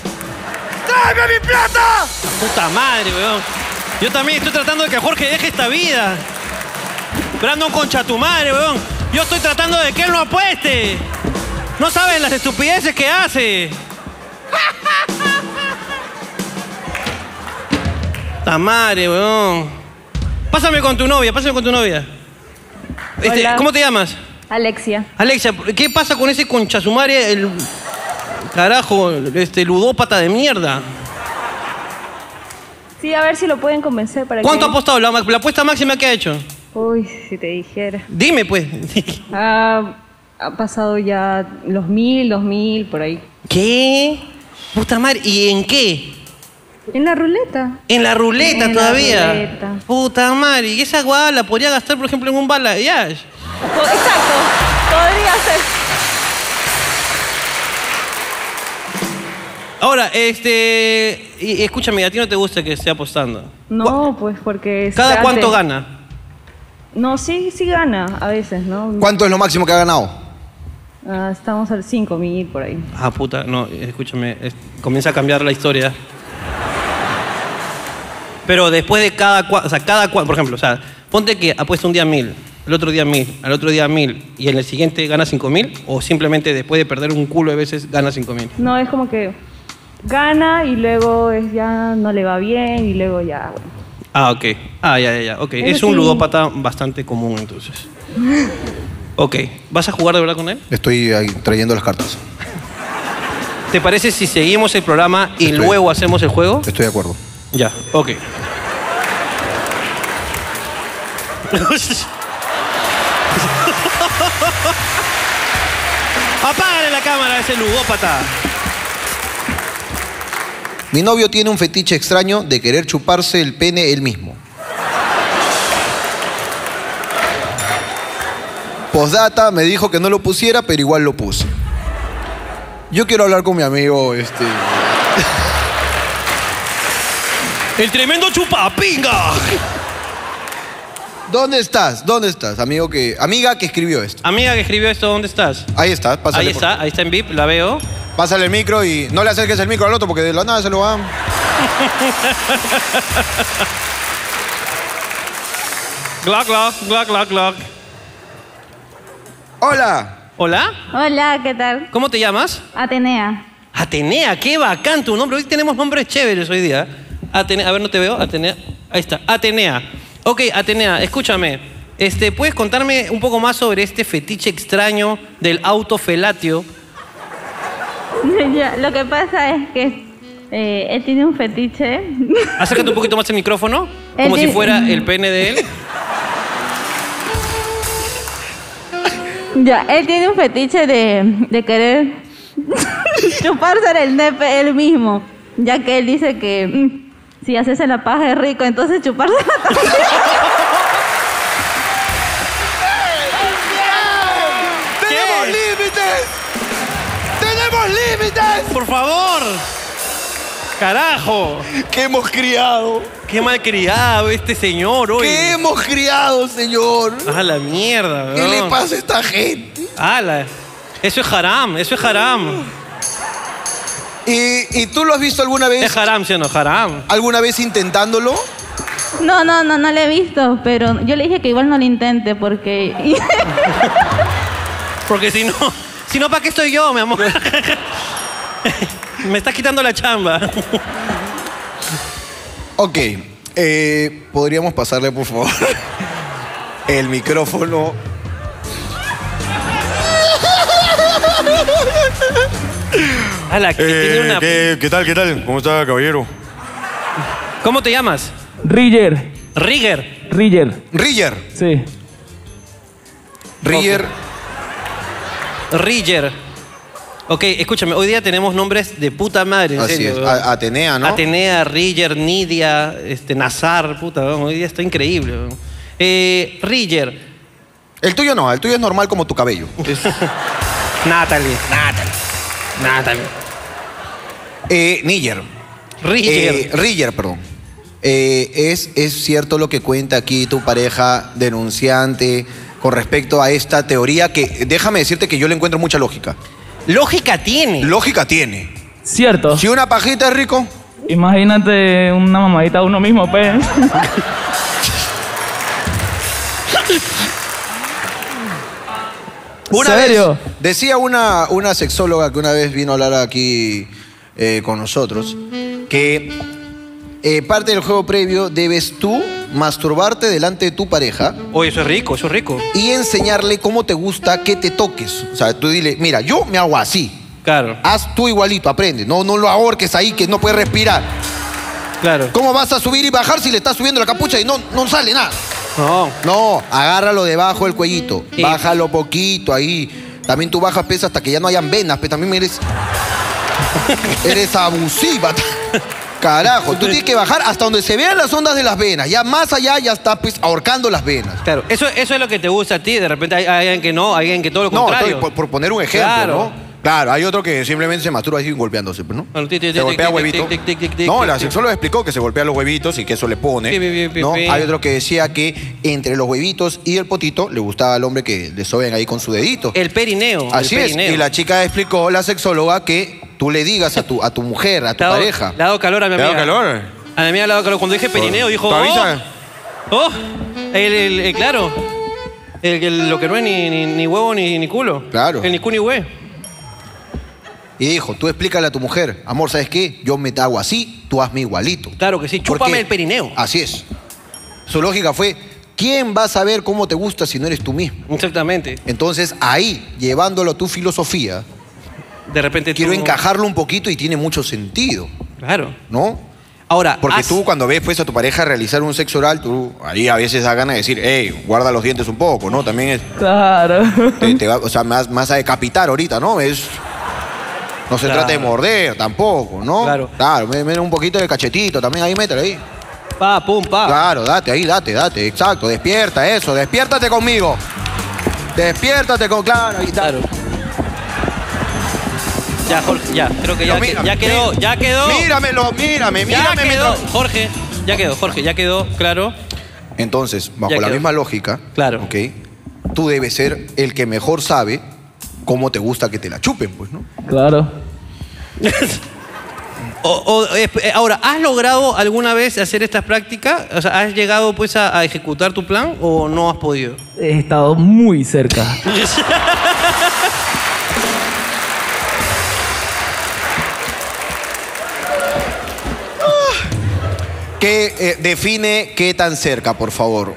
¡Tráeme mi plata! Puta madre, weón. Yo también estoy tratando de que Jorge deje esta vida. Brandon concha tu madre, weón. Yo estoy tratando de que él no apueste. No saben las estupideces que hace. Puta madre, weón. Pásame con tu novia, pásame con tu novia. Este, Hola. ¿Cómo te llamas? Alexia. Alexia, ¿qué pasa con ese concha su madre, el carajo, este ludópata de mierda? Sí, a ver si lo pueden convencer para ¿Cuánto ha que... apostado? La, la apuesta máxima que ha hecho. Uy, si te dijera. Dime, pues. Ah, ha pasado ya los mil, dos mil, por ahí. ¿Qué? Puta madre, ¿y en qué? En la ruleta. En la ruleta En la todavía. ruleta. Puta madre, y esa guada la podría gastar, por ejemplo, en un bala de jazz. Po- Exacto. Podría ser. Ahora, este. y- y escúchame, a ti no te gusta que esté apostando. No, pues porque... se ¿Cada hace- cuánto gana? No, sí, sí gana a veces, ¿no? ¿Cuánto es lo máximo que ha ganado? Ah, estamos al cinco mil, por ahí. Ah, puta, no, escúchame, es- comienza a cambiar la historia. Pero después de cada cuatro, o sea, cada cuatro, por ejemplo, o sea, ponte que apuesta un día mil, el otro día mil, al otro día mil, y en el siguiente gana cinco mil, o simplemente después de perder un culo de veces gana cinco mil. No, es como que gana y luego es ya no le va bien y luego ya, bueno. Ah, ok. Ah, ya, ya, ya. Ok. Pero es un sí. ludópata bastante común, entonces. Ok. ¿Vas a jugar de verdad con él? Estoy ahí trayendo las cartas. ¿Te parece si seguimos el programa y luego hacemos el juego? Estoy de acuerdo. Ya, ok. Apágale la cámara a ese ludópata. Mi novio tiene un fetiche extraño de querer chuparse el pene él mismo. Postdata me dijo que no lo pusiera, pero igual lo puse. Yo quiero hablar con mi amigo, este. El tremendo chupapinga. ¿Dónde estás? ¿Dónde estás, amigo que amiga que escribió esto? Amiga que escribió esto, ¿dónde estás? Ahí está, pásale. ahí por- está, ahí está en VIP, la veo. Pásale el micro y no le acerques el micro al otro porque de la nada se lo van. Glock, glock, glock, glock, glock. Hola. Hola, Hola, ¿qué tal? ¿cómo te llamas? Atenea. Atenea, qué bacán tu nombre. Hoy tenemos nombres chéveres hoy día. Atenea, a ver, no te veo. Atenea, ahí está. Atenea. Ok, Atenea, escúchame. Este, ¿Puedes contarme un poco más sobre este fetiche extraño del autofelatio? Ya, lo que pasa es que eh, él tiene un fetiche. Acércate un poquito más el micrófono, Él como si tiene- fuera el pene de él. ya, él tiene un fetiche de, de querer chuparse el nepe él mismo. Ya que él dice que mm, si haces la paja es rico, entonces chuparse la ¡Tenemos límites! ¡Tenemos límites! ¡Por favor! ¡Carajo! ¿Qué hemos criado? ¡Qué malcriado este señor hoy! ¿Qué hemos criado, señor? ¡A la mierda! ¿Qué le weón. pasa a esta gente? ¡Ala! Eso es haram, eso es haram. ¿Y, y tú lo has visto alguna vez? Es haram, ¿sí o no? Haram. ¿Alguna vez intentándolo? paja. No, no, no, no le he visto, pero yo le dije que igual no lo intente porque... Porque si no, si no, ¿para qué estoy yo, mi amor? Me estás quitando la chamba. Ok, eh, podríamos pasarle por favor el micrófono. Eh, ¿qué, qué tal, qué tal? ¿Cómo está, caballero? ¿Cómo te llamas? Riller. Rigger. Riller. Riller. Sí. Riller. Riller. Ok, escúchame, hoy día tenemos nombres de puta madre, en Así serio. es, weón. A- Atenea, ¿no? Atenea, Riller, Nidia, este, Nazar, puta, weón, hoy día está increíble. weón. Eh, Riller. El tuyo no, el tuyo es normal como tu cabello. Natalie. Natalie. Natalie. Eh, Niger. Riller. Eh, Riller, perdón. Eh, es, es cierto lo que cuenta aquí tu pareja denunciante con respecto a esta teoría que déjame decirte que yo le encuentro mucha lógica. Lógica tiene. Lógica tiene. Cierto. Si una pajita es rico. Imagínate una mamadita a uno mismo, pues. Una ¿Serio? vez, decía una, una sexóloga que una vez vino a hablar aquí eh, con nosotros, que eh, parte del juego previo debes tú masturbarte delante de tu pareja Oye, eso es rico, eso es rico. y enseñarle cómo te gusta que te toques. O sea, tú dile, mira, yo me hago así. Claro. Haz tú igualito, aprende. No, no lo ahorques ahí que no puedes respirar. Claro. ¿Cómo vas a subir y bajar si le estás subiendo la capucha y no, no sale nada? No. No, agárralo debajo del cuellito. Bájalo poquito ahí. También tú bajas peso hasta que ya no hayan venas, pero también eres. eres abusiva. Carajo, tú tienes que bajar hasta donde se vean las ondas de las venas. Ya más allá ya estás pues, ahorcando las venas. Claro, eso, eso es lo que te gusta a ti. De repente hay, hay alguien que no, hay alguien que todo lo No, contrario. estoy por, por poner un ejemplo, Claro. ¿no? Claro, hay otro que simplemente se masturba así golpeándose, pues, ¿no? Bueno, tic, tic, Se tic, golpea tic, huevito. tic, tic, tic, tic, tic, No, tic, la tic. sexóloga explicó que se golpea los huevitos y que eso le Pi, pi, pi, pone. pi, ¿no? pi. Hay otro que decía que entre los huevitos y el potito le gustaba al hombre que le soben ahí con su dedito. El perineo. el Así es. perineo. Y la chica explicó, la sexóloga, que tú le digas a tu, a tu mujer, a tu Le ha dado- pareja. Le ha dado calor a mi ¿Le ha amiga. dado calor? Pues, A mi amiga le ha dado calor. Cuando dije perineo, dijo. ¿Te ¡Oh! avisa? ¡Oh! El, el- el- claro. El, el- lo que no es ni, ni, ni huevo ni, ni culo. Claro. El ni cu ni hue. Y dijo, tú explícale a tu mujer, amor, ¿sabes qué? Yo me hago así, tú hazme igualito. Claro que sí, chúpame el perineo. Así es. Su lógica fue, ¿quién va a saber cómo te gusta si no eres tú mismo? Exactamente. Entonces, ahí, llevándolo a tu filosofía, De repente quiero tú- encajarlo un poquito y tiene mucho sentido, Claro. ¿no? Ahora, Porque haz- tú cuando ves pues a tu pareja realizar un sexo oral, tú ahí a veces da ganas de decir, hey, guarda los dientes un poco, ¿no? También es... Claro. te, te va- o sea, más, más a decapitar ahorita, ¿no? Es, no se Claro. trata de morder tampoco, ¿no? Claro. Claro, me- me- un poquito de cachetito también, ahí métele ahí. Pa, pum, pa. Claro, date, ahí, date, date, exacto, despierta eso, despiértate conmigo. Despiértate con, claro, ahí, claro. Ya, Jorge, ya. Creo que Pero ya, que- mírame, ya quedó, ya quedó. Míramelo, mírame, mírame. Ya quedó, Jorge. Ya quedó, Jorge, ya quedó, claro. Entonces, bajo Ya la quedó. misma lógica, claro. ¿ok? Tú debes ser el que mejor sabe cómo te gusta que te la chupen, pues, ¿no? Claro. O- o, eh, eh, ahora, ¿has logrado alguna vez hacer estas prácticas? O sea, ¿has llegado pues a, a ejecutar tu plan o no has podido? He estado muy cerca. Que eh, define qué tan cerca, por favor.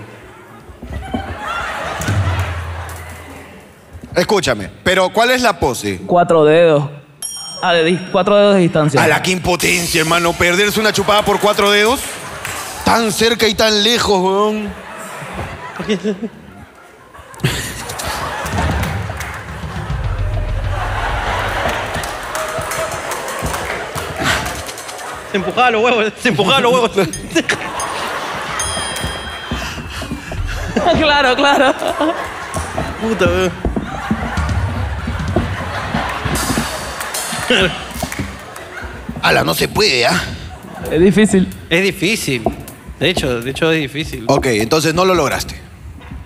Escúchame, pero ¿cuál es la pose? Cuatro dedos. Ah, de dis- cuatro dedos de distancia. A la que impotencia, hermano, perderse una chupada por cuatro dedos. Tan cerca y tan lejos, weón. Se empujaba los huevos, se empujaba los huevos. claro, claro. Puta, weón. Ala, no se puede, ¿ah? Es difícil. Es difícil. De hecho, de hecho es difícil. Ok, entonces no lo lograste.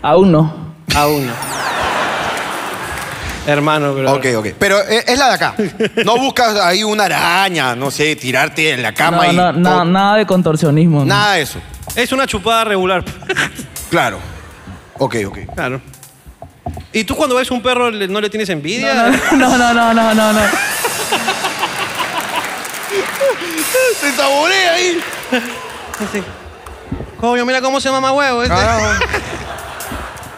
Aún no. A uno. Hermano, pero. Ok, ok. Pero eh, es la de acá. No buscas ahí una araña, no sé, tirarte en la cama No, y. no, no, nada de contorsionismo. ¿no? Nada de eso. Es una chupada regular. Claro. Ok, ok. Claro. ¿Y tú cuando ves un perro le- no le tienes envidia? No, no, no, no, no, no. Se saborea ahí. Así. Coño, mira cómo se mama huevo. Este. Carajo.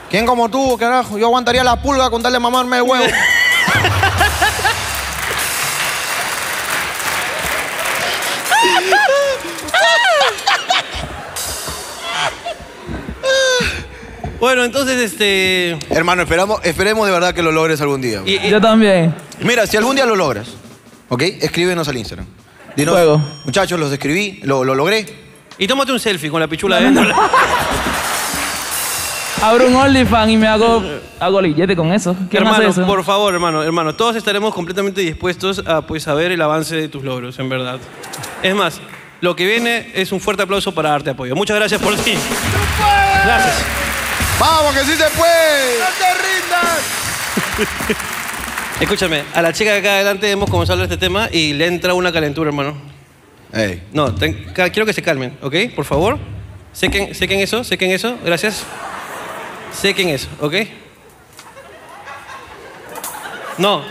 ¿Quién como tú, carajo? Yo aguantaría la pulga con darle a mamarme el huevo. Bueno, entonces, este. Hermano, esperamos, esperemos de verdad que lo logres algún día. Yo también. Mira, si algún día lo logras, ¿ok? Escríbenos al Instagram. Dinos, muchachos, los escribí, lo, lo logré. Y tómate un selfie con la pichula ¿eh? adentro. Abro un OnlyFans y me hago, hago billete con eso. ¿Quién hermano, hace eso? por favor, hermano, hermano, todos estaremos completamente dispuestos a pues a ver el avance de tus logros, en verdad. Es más, lo que viene es un fuerte aplauso para darte apoyo. Muchas gracias por ti. Gracias. ¡Vamos, que sí se puede! ¡No te rindas! Escúchame, a la chica de acá adelante hemos comenzado a hablar de este tema y le entra una calentura, hermano. No, ten- ca- quiero que se calmen, ¿ok? Por favor. Sequen, sequen eso, sequen eso, gracias. Sequen eso, ¿ok? No,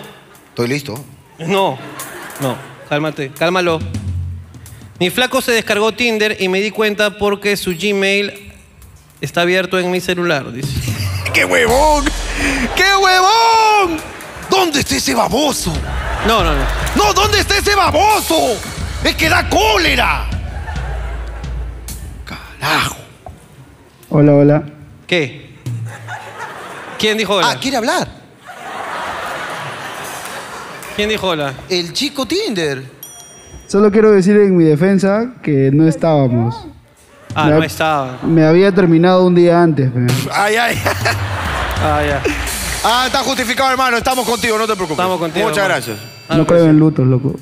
Estoy listo. no, no, cálmate, cálmalo. Mi flaco se descargó Tinder y me di cuenta porque su Gmail está abierto en mi celular, dice. ¡Qué huevón! ¡Qué huevón! ¿Dónde está ese baboso? No, no, no. ¡No, dónde está ese baboso! ¡Es que da cólera! Hola, hola. ¿Qué? ¿Quién dijo hola? Ah, quiere hablar. ¿Quién dijo hola? El chico Tinder. Solo quiero decir en mi defensa que no estábamos. Ah, Me no ha- estaba. Me había terminado un día antes. pe. Ay, ay. Ah, ya. Ah, está justificado, hermano. Estamos contigo, no te preocupes. Estamos contigo, Muchas hermano. gracias. No creo en lutos, loco.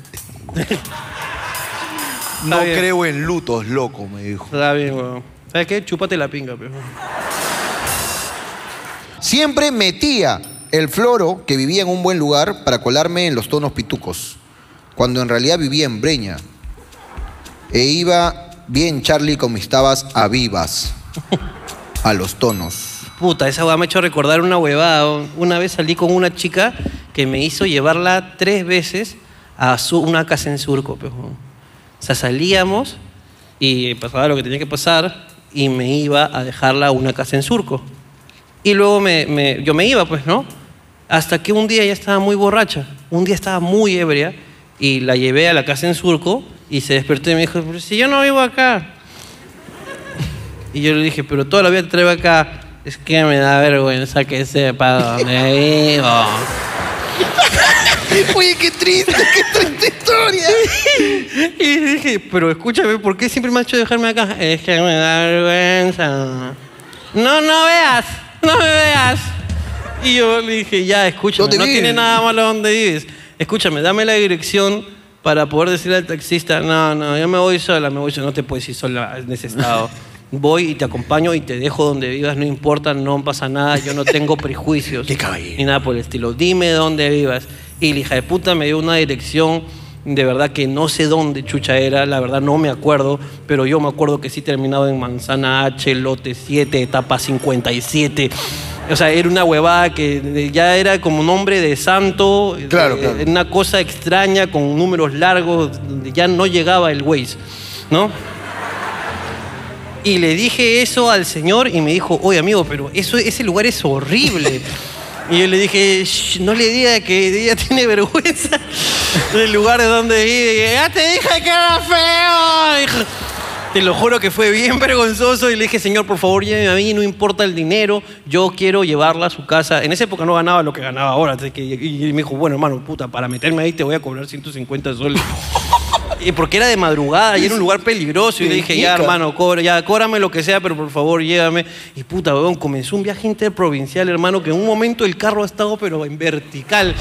No creo en lutos, loco, me dijo. Está bien, weón. ¿Sabes qué? Chúpate la pinga, pero. Siempre metía el floro que vivía en un buen lugar para colarme en los tonos pitucos, cuando en realidad vivía en Breña. E iba bien Charlie con mis tabas a vivas, a los tonos. Puta, esa weá me ha hecho recordar una huevada. weón. Una vez salí con una chica que me hizo llevarla tres veces a su- una casa en surco, pues, weón. O sea, salíamos y pasaba lo que tenía que pasar y me iba a dejarla a una casa en surco. Y luego me- me- yo me iba, pues, ¿no? Hasta que un día ya estaba muy borracha. Un día estaba muy ebria y la llevé a la casa en surco y se despertó y me dijo, pero si yo no vivo acá. Y yo le dije, pero toda la vida te traigo acá. Es que me da vergüenza que sepa dónde vivo. Oye, qué triste, qué triste historia. Y dije, pero escúchame, ¿por qué siempre me has hecho dejarme acá? Es que me da vergüenza. No, no veas, no me veas. Y yo le dije, ya, escúchame, ¿Dónde no vives? tiene nada malo donde vives. Escúchame, dame la dirección para poder decirle al taxista, no, no, yo me voy sola, me voy sola, no te puedes ir sola en ese estado. Voy y te acompaño y te dejo donde vivas, no importa, no pasa nada, yo no tengo prejuicios. Ni nada por el estilo. Dime dónde vivas. Y la hija de puta me dio una dirección, de verdad que no sé dónde chucha era, la verdad no me acuerdo, pero yo me acuerdo que sí terminaba en Manzana H, lote 7, etapa 57. O sea, era una huevada que de- ya era como nombre de santo. Claro, eh, claro. Una cosa extraña con números largos, donde ya no llegaba el Waze, ¿no? Y le dije eso al señor y me dijo, oye amigo, pero eso, ese lugar es horrible. Y yo le dije, "Shh, no le diga que ella tiene vergüenza del lugar de donde vive. Y dije, ya te dije que era feo. hijo". Te lo juro que fue bien vergonzoso y le dije, señor, por favor, lléveme a mí, no importa el dinero, yo quiero llevarla a su casa. En esa época no ganaba lo que ganaba ahora. así que- y y me dijo, bueno, hermano, puta, para meterme ahí te voy a cobrar 150 soles. Y porque era de madrugada y era un lugar peligroso. Y le dije, ya, Pica. hermano, cobra, ya, cóbrame lo que sea, pero por favor, llévame. Y puta, weón, comenzó un viaje interprovincial, hermano, que en un momento el carro ha estado, pero en vertical.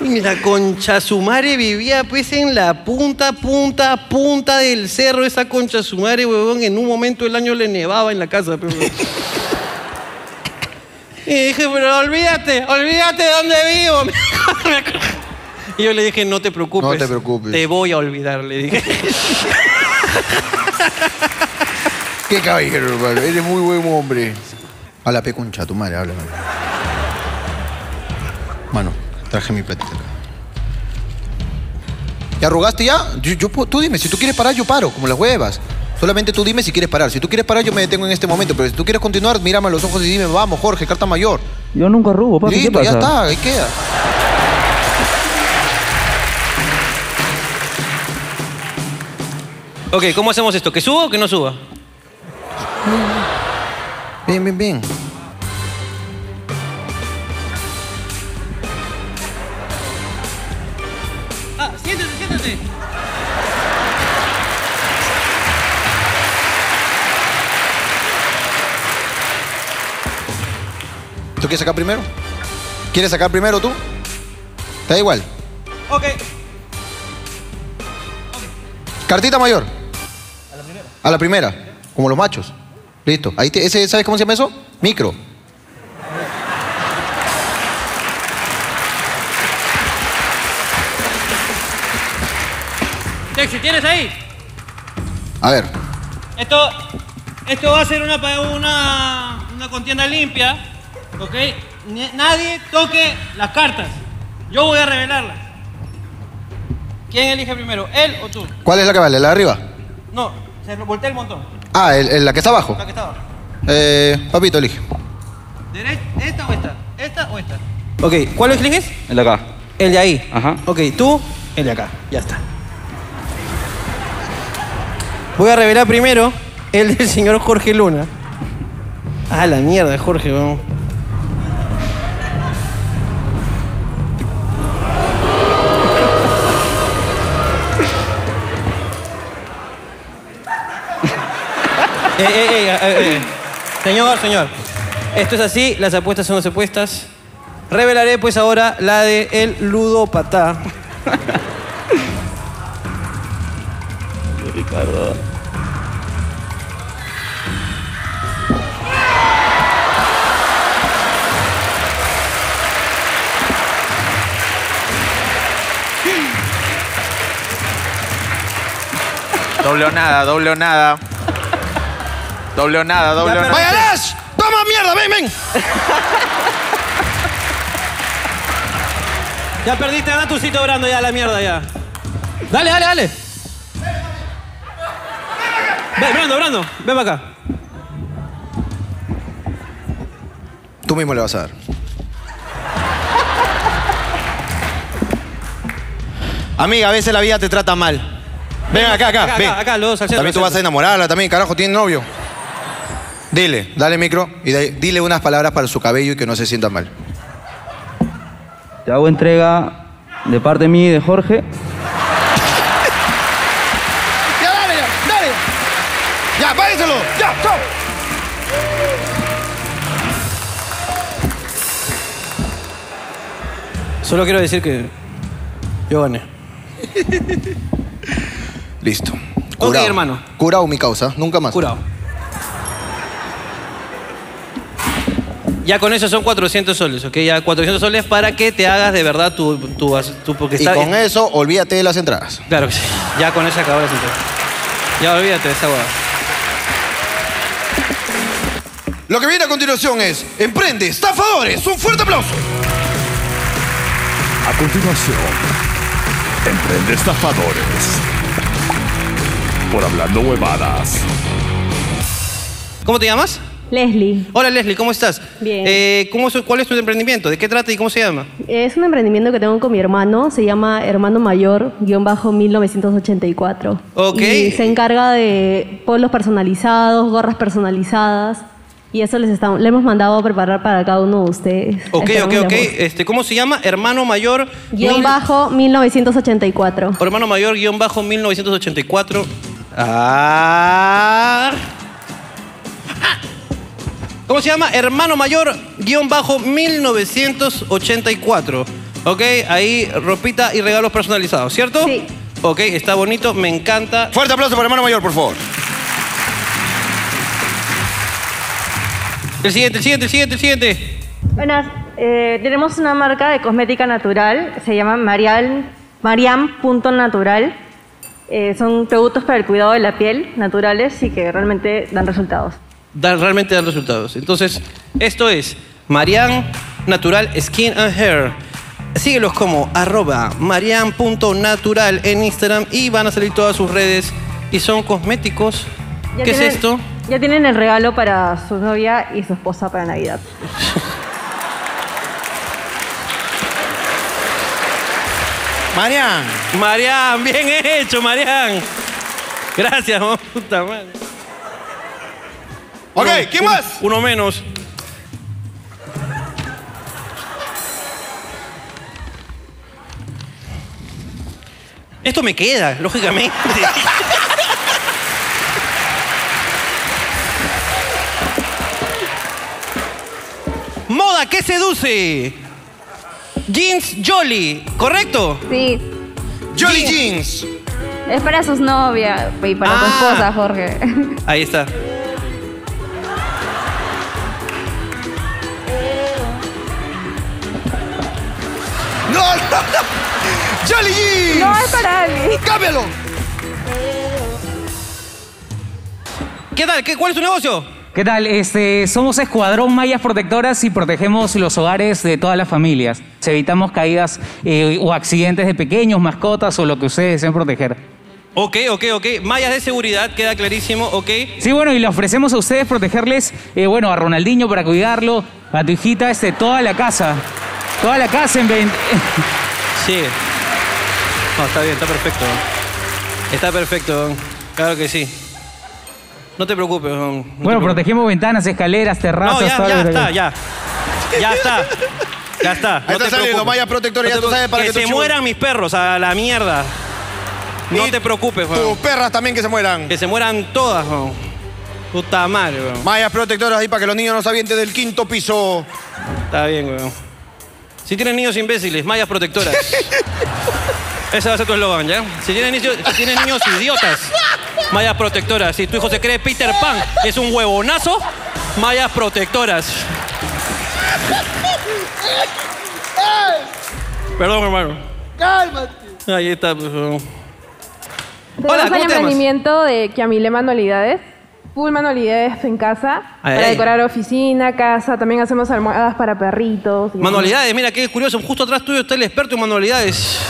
Y la concha sumare vivía pues en la punta, punta, punta del cerro. Esa concha sumare, huevón, en un momento del año le nevaba en la casa. pe, huevón. Y dije, pero olvídate, olvídate de dónde vivo. Y yo le dije, no te preocupes. No te preocupes. Te voy a olvidar, le dije. Qué caballero, hermano. Eres muy buen hombre. A la pecuncha, tu madre, háblame. Mano, traje mi platita. acá. ¿Y arrugaste ya? Yo, yo puedo- tú dime, si tú quieres parar, yo paro, como las huevas. Solamente tú dime si quieres parar. Si tú quieres parar, yo me detengo en este momento. Pero si tú quieres continuar, mírame a los ojos y dime, vamos, Jorge, carta mayor. Yo nunca robo, papi. ¿qué Listo, ya pasa? está, ahí queda. Ok, ¿cómo hacemos esto? ¿Que suba o que no suba? Bien, bien, bien. Ah, siéntate, siéntate. ¿Tú quieres sacar primero? ¿Quieres sacar primero tú? ¿Te da igual? Ok. Cartita mayor. A la primera. A la primera, como los machos. Listo. Ahí te- ese, ¿Sabes cómo se llama eso? Micro. Texi, ¿tienes ahí? A ver. Esto, esto va a ser una, pa- una, una contienda limpia, ¿ok? Ni- Nadie toque las cartas. Yo voy a revelarlas. ¿Quién elige primero, él o tú? ¿Cuál es la que vale? ¿La de arriba? No, se lo- voltea el montón. Ah, el- el- la que está abajo. La que está abajo. Eh, papito, elige. Dere- ¿Esta o esta? ¿Esta o esta? Ok, ¿cuál eliges? El de acá. El de ahí. Ajá. Ok, tú, el de acá. Ya está. Voy a revelar primero el del señor Jorge Luna. Ah, la mierda, Jorge, vamos. Eh, eh, eh, eh, eh. Señor, señor. Esto es así, las apuestas son las apuestas. Revelaré pues ahora la de el ludopatá. Ricardo. Doble o nada, doble o nada. Doble o nada, doble o nada. ¡Váyalas! ¡Toma mierda, ven, ven! Ya perdiste, gana tu sitio brando ya la mierda ya. Dale, dale, dale. Ve, Brando, Brando, ven para acá. Tú mismo le vas a dar. Amiga, a veces la vida te trata mal. Ven acá, acá, Acá, ven. acá, acá, los dos, al centro, También tú al vas a centro. enamorarla, también, carajo, tiene novio. Dile, dale micro y de- dile unas palabras para su cabello y que no se sienta mal. Te hago entrega de parte mía y de Jorge. ¡Ya, dale, ya! ¡Dale! ¡Ya, págueselo! ¡Ya, chao! Solo quiero decir que yo gané. Listo. Curado. hermano. Curado mi causa, nunca más. Curado. Ya con eso son 400 soles, ¿ok? Ya 400 soles para que te hagas de verdad tu... tu, tu- porque Y está- con eso, olvídate de las entradas. Claro que sí. Ya con eso acabó la situación. Ya olvídate de esa hueá. Lo que viene a continuación es Emprende Estafadores. Un fuerte aplauso. A continuación, Emprende Estafadores. Por hablando huevadas. ¿Cómo te llamas? Leslie. Hola Leslie, ¿cómo estás? Bien. Eh, ¿cómo es- ¿Cuál es tu emprendimiento? ¿De qué trata y cómo se llama? Es un emprendimiento que tengo con mi hermano, se llama Hermano Mayor, guión bajo 1984. Ok. Y se encarga de polos personalizados, gorras personalizadas, y eso les, está, le hemos mandado a preparar para cada uno de ustedes. Ok, ok, Esperamos ok. les guste. Este, ¿Cómo se llama? Hermano mayor... Guión mil- bajo 1984. Hermano mayor guión bajo 1984. Ah. ¿Cómo se llama? Hermano mayor guión bajo 1984. Ok, ahí ropita y regalos personalizados, ¿cierto? Sí. Ok, está bonito, me encanta. Fuerte aplauso para hermano mayor, por favor. El siguiente, el siguiente, el siguiente, el siguiente. Buenas, Eh, tenemos una marca de cosmética natural, se llama Marial- Mariam.natural. Eh, son productos para el cuidado de la piel, naturales y que realmente dan resultados. Da- realmente dan resultados. Entonces, esto es Marianne Natural Skin and Hair. Síguelos como arroba marian.natural en Instagram y van a salir todas sus redes. Y son cosméticos. Ya ¿Qué tienen- es esto? Ya tienen el regalo para su novia y su esposa para Navidad. Marian. Marian, bien hecho, Marian. Gracias, mamá, puta madre. Ok, Uno- ¿quién uno- más? Uno menos. Esto me queda, lógicamente. Moda que seduce. Jeans Jolly, ¿correcto? Sí. Jolly Jeans. Es para sus novias y para tu Ah. esposa, Jorge. Ahí está. No, no, no. Jolly Jeans. No, es para alguien. Cámbialo. ¿Qué tal? ¿Qué, ¿Cuál es tu negocio? ¿Qué tal? Este, somos Escuadrón Mallas Protectoras y protegemos los hogares de todas las familias. Evitamos caídas eh, o accidentes de pequeños, mascotas o lo que ustedes deseen proteger. Ok, ok, ok. Mallas de seguridad, queda clarísimo, ok. Sí, bueno, y le ofrecemos a ustedes protegerles, eh, bueno, a Ronaldinho para cuidarlo, a tu hijita, este, toda la casa. Toda la casa en 20... Sí. No, está bien, está perfecto. Está perfecto, claro que sí. No te preocupes. no te Bueno, protegemos ventanas, escaleras, terrazas... No, ya, todo ya lo que- está, ya. Ya está. Ya está. Ahí está saliendo, malla protectora, te ya tú preocupes. sabes para que que tú se chivas. mueran mis perros a la mierda. No te preocupes, Juan. Tus perras también que se mueran. Que se mueran todas, Juan. Puta madre, weón. Mallas protectoras ahí para que los niños no se avienten del quinto piso. Está bien, weón. Si tienen niños imbéciles, mallas protectoras. Ese va a ser tu eslogan, ¿ya? Si tienes, niños, si tienes niños idiotas, mallas protectoras. Si tu hijo se cree Peter Pan, es un huevonazo, mallas protectoras. Perdón, hermano. Cálmate. Ahí está. pues, weón. Tenemos ¿cómo el te llamas? emprendimiento de Kiamile Manualidades. Full manualidades en casa. Ay, para ay. decorar oficina, casa. También hacemos almohadas para perritos. y- Manualidades, mira qué curioso. Justo atrás tuyo está el experto en manualidades.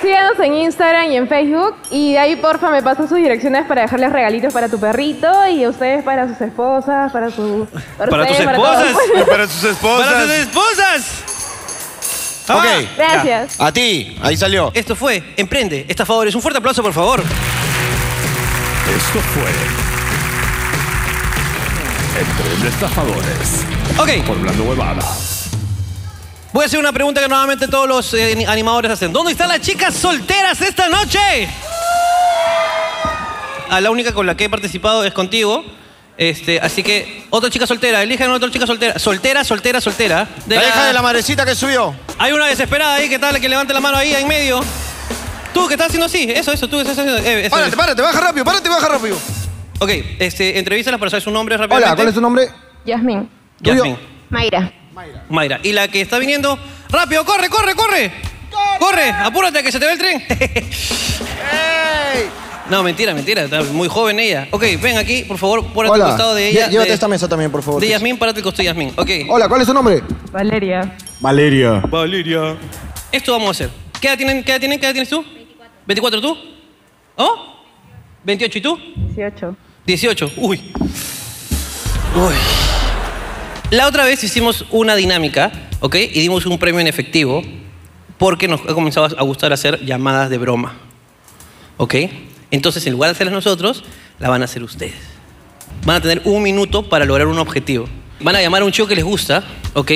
Síganos en Instagram y en Facebook. Y de ahí, porfa, me pasan sus direcciones para dejarles regalitos para tu perrito y a ustedes para sus esposas, para su. Para, ustedes, para todos. Para sus esposas. ¡Para sus esposas! Ah, ok. Gracias. A ti, ahí salió. Esto fue Emprende, estafadores. Un fuerte aplauso, por favor. Esto fue. Emprende Estafadores. Ok. Por Blando Huevadas. Voy a hacer una pregunta que nuevamente todos los eh, animadores hacen. ¿Dónde están las chicas solteras esta noche? A la única con la que he participado es contigo. Este, así que, otra chica soltera, elijan otra chica soltera. Soltera, soltera, soltera. la hija de la madrecita que subió. Hay una desesperada ahí, ¿qué tal? Que levante la mano ahí, en medio. Tú, que estás haciendo así. Eso, eso, tú que estás haciendo. eh, eso, Párate, eso. párate, baja rápido, párate, baja rápido. Ok, este, entrevístalas para saber su nombre rápidamente. Hola, ¿cuál es tu nombre? Yasmin. Yasmin. Mayra. Mayra. Y la que está viniendo, rápido, corre, corre, corre. Corre, apúrate que se te ve el tren. No, mentira, mentira, está muy joven ella. Ok, ven aquí, por favor, párate al costado de ella. Llé- Llévate de, esta mesa también, por favor. de Yasmín, párate al costado de Yasmín. Ok. Hola, ¿cuál es tu nombre? Valeria. Valeria. Valeria. Esto vamos a hacer. ¿Qué edad tienen? ¿Qué edad tienen? ¿Qué edad tienes tú? 24. ¿24 tú? ¿Oh? 28 y tú? 18. 18. Uy. Uy. La otra vez hicimos una dinámica, ¿ok? Y dimos un premio en efectivo porque nos ha comenzado a gustar hacer llamadas de broma, ¿ok? Entonces, en lugar de hacerlas nosotros, la van a hacer ustedes. Van a tener un minuto para lograr un objetivo. Van a llamar a un chico que les gusta, ¿ok?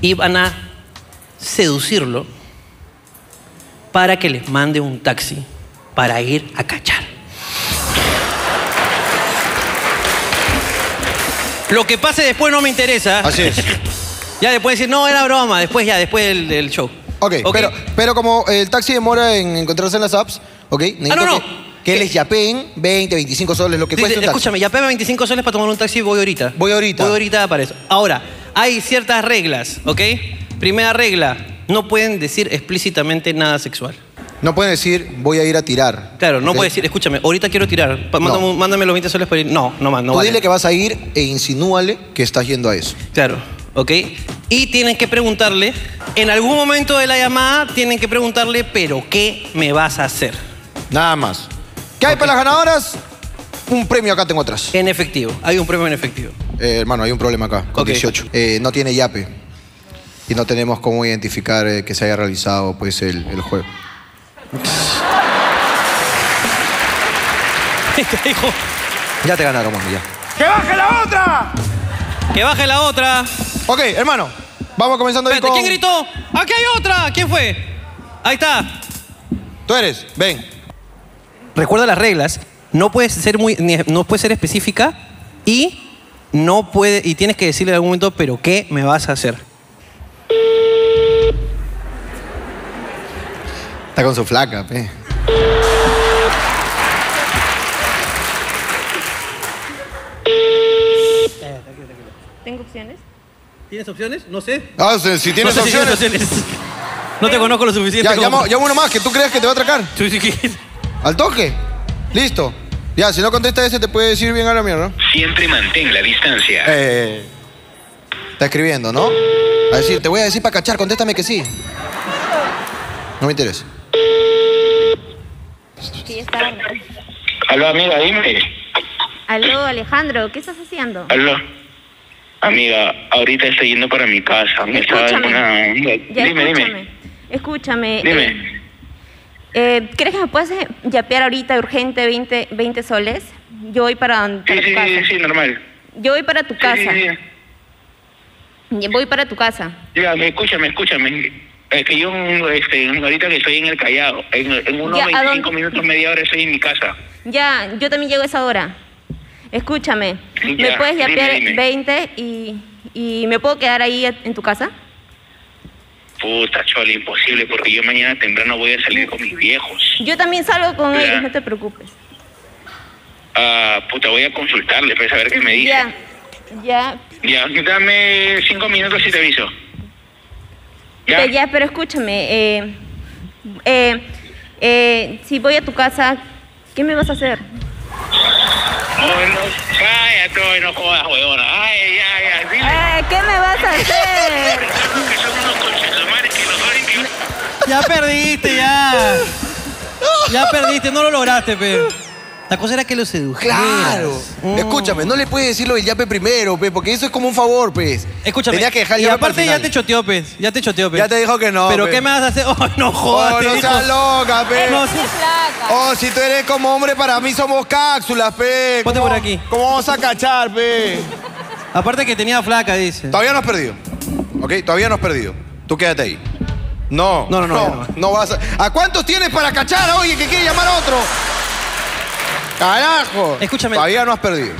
Y van a seducirlo para que les mande un taxi para ir a cachar. Lo que pase después no me interesa. Así es. ya después decir, no, era broma. Después ya, después del, del show. Ok, Pero, pero como el taxi demora en encontrarse en las apps, ¿ok? necesito Ah, no, no. Que, que les yapeen 20, 25 soles, lo que Dice, cuesta un taxi. escúchame, ya pega 25 soles para tomar un taxi y voy ahorita. Voy ahorita. Voy ahorita para eso. Ahora, hay ciertas reglas, ¿ok? Primera regla, no pueden decir explícitamente nada sexual. No pueden decir, voy a ir a tirar. Claro, no puede decir, escúchame, ahorita quiero tirar. pa- Mándame, un- mándame los 20 soles para ir. No, no más, no Tú vale. dile que vas a ir e insinúale que estás yendo a eso. Claro, ¿ok? Y tienen que preguntarle, en algún momento de la llamada, tienen que preguntarle, pero ¿qué me vas a hacer? Nada más. ¿Qué hay para las ganadoras? Un premio acá tengo atrás. En efectivo, hay un premio en efectivo. Eh, hermano, hay un problema acá, con 18. Eh, no tiene yape. Y no tenemos cómo identificar eh, que se haya realizado pues, el, el juego. Ya te ganaron, mano, ya. ¡Que baje la otra! ¡Que baje la otra! Ok, hermano, vamos comenzando Espérate, ¿quién gritó? ¡Aquí hay otra! ¿Quién fue? Ahí está. Tú eres, ven. Recuerda las reglas. No puedes ser muy, ni- no puedes ser específica y no puede, y tienes que decirle en algún momento, pero ¿qué me vas a hacer? Está con su flaca, pe. ¿Tengo opciones? ¿Tienes opciones? No sé. Ah, si, si tienes No sé si opciones. tienes opciones. No te conozco lo suficiente. Ya, como- llama, llama uno más, que tú creas que te va a atracar. Al toque. Listo. Ya, si no contesta ese, te puede decir bien a la mierda. Siempre mantén la distancia. Eh, está escribiendo, ¿no? A decir, te voy a decir para cachar, contéstame que sí. No me interesa. Sí, está tarde. Aló, amiga, dime. Aló, Alejandro, ¿qué estás haciendo? Aló. Amiga, ahorita estoy yendo para mi casa. Me estaba en Escúchame. una- Ya, dime, escúchame. dime. Escúchame. eh, Dime. eh, ¿Crees que me puedes eh, yapear ahorita urgente 20, 20 soles? Yo voy para, don- para tu Sí, casa. sí, sí, normal. Yo voy para tu casa. Ya, Voy para tu casa. Ya, me- escúchame, escúchame. Es que yo mm, este, ahorita que estoy en el Callao, en, en unos Ya, ¿a 25 dónde? minutos, media hora estoy en mi casa. Ya, yo también llego a esa hora. Escúchame. ¿Me Ya, puedes dime, yapear dime. 20 y, y me puedo quedar ahí en tu casa? Puta, chole, imposible, porque yo mañana temprano voy a salir con mis viejos. Yo también salgo con Ya. ellos, no te preocupes. Ah, puta, voy a consultarle, pues, a ver qué me dice. Ya, ya, Ya, dame cinco minutos y te aviso. Ya, Ya. ya, pero escúchame, eh, eh, eh, si voy a tu casa, ¿qué me vas a hacer? Bueno, vaya, todo, no jodas, huevona. Ay, ya, ya, dime. Eh, Ay, ¿Qué me vas a hacer? Ya perdiste, ya. Ya perdiste, no lo lograste, pe. La cosa era que lo sedujeras. Oh. Claro. Escúchame, no le puedes decir lo del yape primero, pe, porque eso es como un favor, pues. Escúchame. Tenías que dejar y yape aparte para ya el te final. choteó, pues. Ya te choteó, pues. Ya te dijo que no, ¿Pero pe. qué me vas a hacer? Oh, no jodas. Oh, te no dijo. seas loca, pe. No, Oh, si tú eres como hombre, para mí somos cápsulas, pe. Ponte por aquí. ¿Cómo vamos a cachar, pe? Aparte que tenía flaca, dice. Todavía no has perdido. ¿Ok? Todavía no has perdido. Tú quédate ahí. No. No, no, no. No, vas a... ¿A cuántos tienes para cachar, oye, que quiere llamar a otro? Carajo. Escúchame. Todavía no has perdido.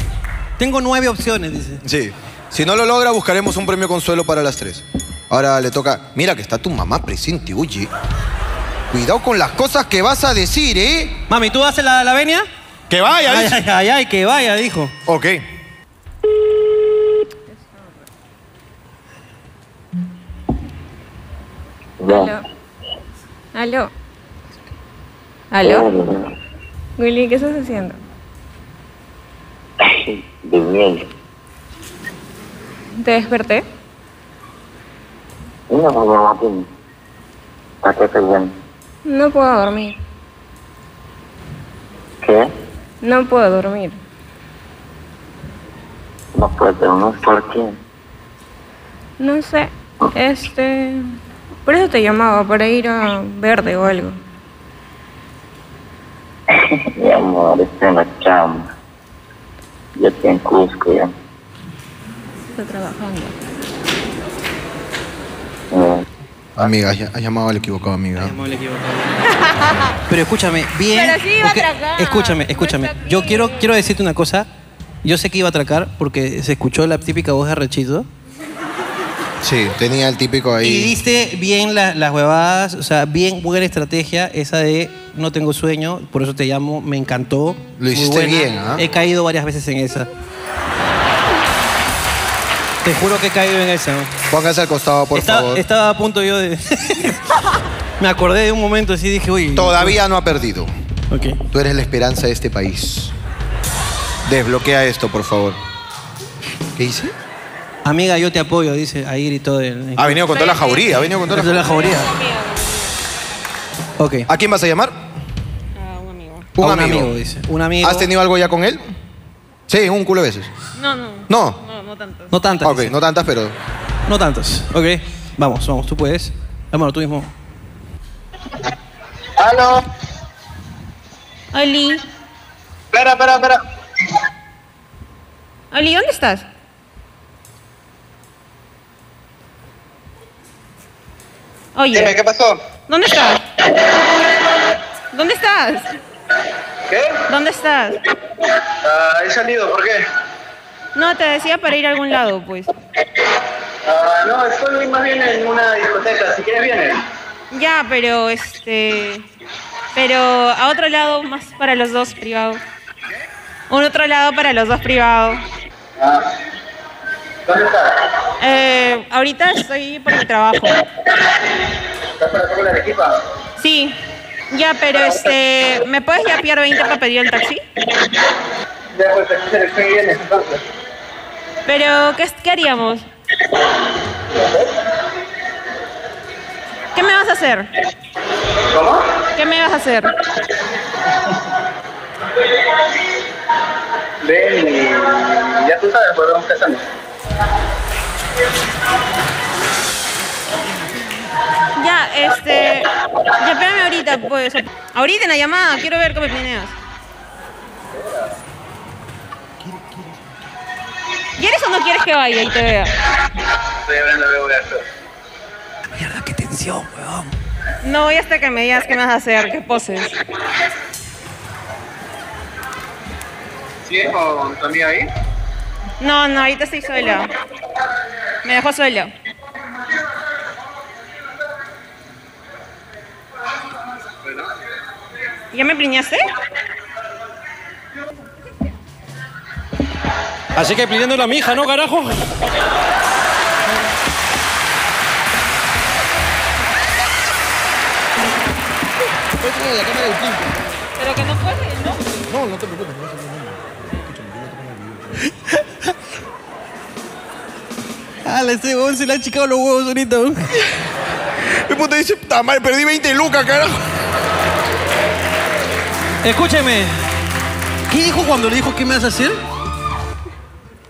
Tengo nueve opciones, dice. Sí. Si no lo logra, buscaremos un premio consuelo para las tres. Ahora le toca. Mira que está tu mamá presente, oye. Cuidado con las cosas que vas a decir, ¿eh? Mami, ¿tú haces la, la venia? Que vaya, ay, dice. ay, ay, ay, que vaya, dijo. Ok. Aló. Aló. Aló. Willy, ¿qué estás haciendo? Durmiendo. ¿Te desperté? Una mamá tiene. ¿A qué te llaman? No puedo dormir. ¿Qué? No puedo dormir. No puedo, no por qué. No sé. Este. Por eso te llamaba, para ir a verde o algo. Mi amor, estoy en la cama. Yo estoy en Cusco, ya. Estoy trabajando. Amiga, has has llamado al equivocado, amiga. Pero escúchame, bien. Pero sí iba a porque- atracar. Escúchame, escúchame. Yo quiero, quiero decirte una cosa. Yo sé que iba a atracar porque se escuchó la típica voz de Rechito. Sí, tenía el típico ahí. Y diste bien la- las huevadas, o sea, bien buena estrategia esa de no tengo sueño, por eso te llamo, me encantó. Lo hiciste muy buena. bien, ¿ah? He caído varias veces en esa. Te juro que he caído en esa. Póngase al costado, por Estaba- favor. Estaba a punto yo de. Me acordé de un momento así dije, uy. Todavía no ha perdido. Tú eres la esperanza de este país. Desbloquea esto, por favor. ¿Qué hice? Amiga, yo te apoyo, dice. Ahí gritó del. Ha venido con toda la jauría, ha venido con toda la- Con jauría. Ok. ¿A quién vas a llamar? A un un amigo. amigo, dice. Un amigo. ¿Has tenido algo ya con él? Sí, un culo de veces. No, no. No. No, no tanto. No tantas. Ok, no tantas, pero. No tantas. Ok. Vamos, vamos, tú puedes. Hermano, tú mismo. ¿Aló? Oli. Espera, espera, espera. Oli, ¿dónde estás? Oye. Dime, ¿qué pasó? ¿Dónde estás? ¿Dónde estás? ¿Qué? ¿Dónde estás? Ah, he salido, ¿por qué? No, te decía para ir a algún lado, pues. Ah, no, estoy más bien en una discoteca, si quieres vienes. Ya, pero este. Pero a otro lado más para los dos privados. Un otro lado para los dos privados. Ah. ¿Dónde estás? Eh, ahorita estoy por mi trabajo. ¿Estás para hacer la equipa? Sí. Ya, pero este. ¿Me puedes yapear 20 para pedir el taxi? Ya, pues aquí selección y vienes, entonces. Pero, ¿qué, qué haríamos? ¿Qué me vas a hacer? ¿Cómo? ¿Qué me vas a hacer? Ven y ya tú sabes, pues vamos casando. Ya, este. Yapeame ahorita, pues. Ahorita en la llamada, quiero ver cómo me planeas. ¿Quieres o no quieres que vaya y te vea? Estoy hablando luego de esto. Atención, weón. No voy hasta que me digas qué me vas a hacer, que poses. ¿Sigues con tu amiga ahí? No, no, ahorita estoy sola. Me dejó sola. ¿Ya me priñaste? Así que pidiéndole a mi hija, ¿no, carajo? Pero que no puede, ¿no? No, no te preocupes, no Ah, ese huevón se le han chicado los huevos ahorita. Mi puta dice, puta madre, perdí 20 lucas, carajo. Escúcheme. ¿Qué dijo cuando le dijo qué me vas a hacer?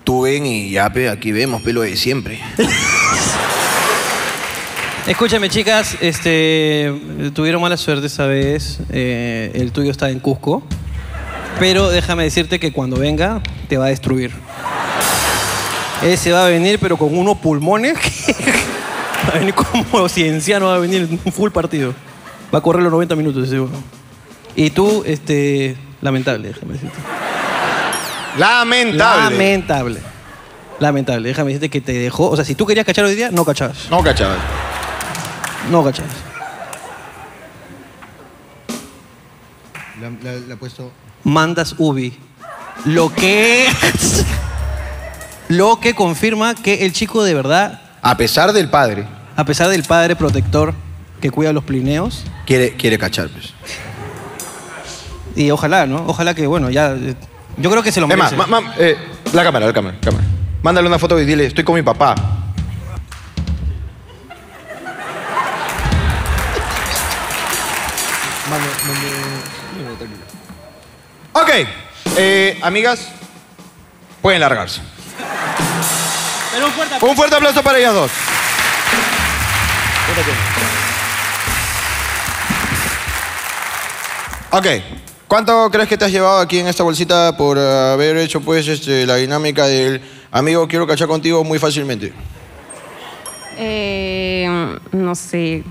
Tú ven y ya, pe, aquí vemos, pelo de siempre. Escúchame, chicas, este, tuvieron mala suerte esta vez. eh, el tuyo está en Cusco. Pero déjame decirte que cuando venga, te va a destruir. Ese va a venir, pero con unos pulmones. que va a venir como cienciano, va a venir un full partido. Va a correr los 90 minutos, seguro. Y tú, este, lamentable, déjame decirte. Lamentable. Lamentable. Lamentable, déjame decirte que te dejó. O sea, si tú querías cachar hoy día, no cachabas. No cachabas. No cachabas. Le ha puesto. mandas Ubi. Lo que. lo que confirma que el chico de verdad. A pesar del padre. A pesar del padre protector que cuida los plineos. Quiere, quiere cachar, pues. Y ojalá, ¿no? Ojalá que, bueno, ya. eh, Yo creo que se lo Es más, merece. ma- ma- eh, la cámara, la cámara, cámara. Mándale una foto y dile, estoy con mi papá. Ok, eh, amigas, pueden largarse. Pero un fuerte Un fuerte aplauso para ellas dos. Ok, ¿cuánto crees que te has llevado aquí en esta bolsita por haber hecho pues este, la dinámica del amigo quiero cachar contigo muy fácilmente? Eh, no sé.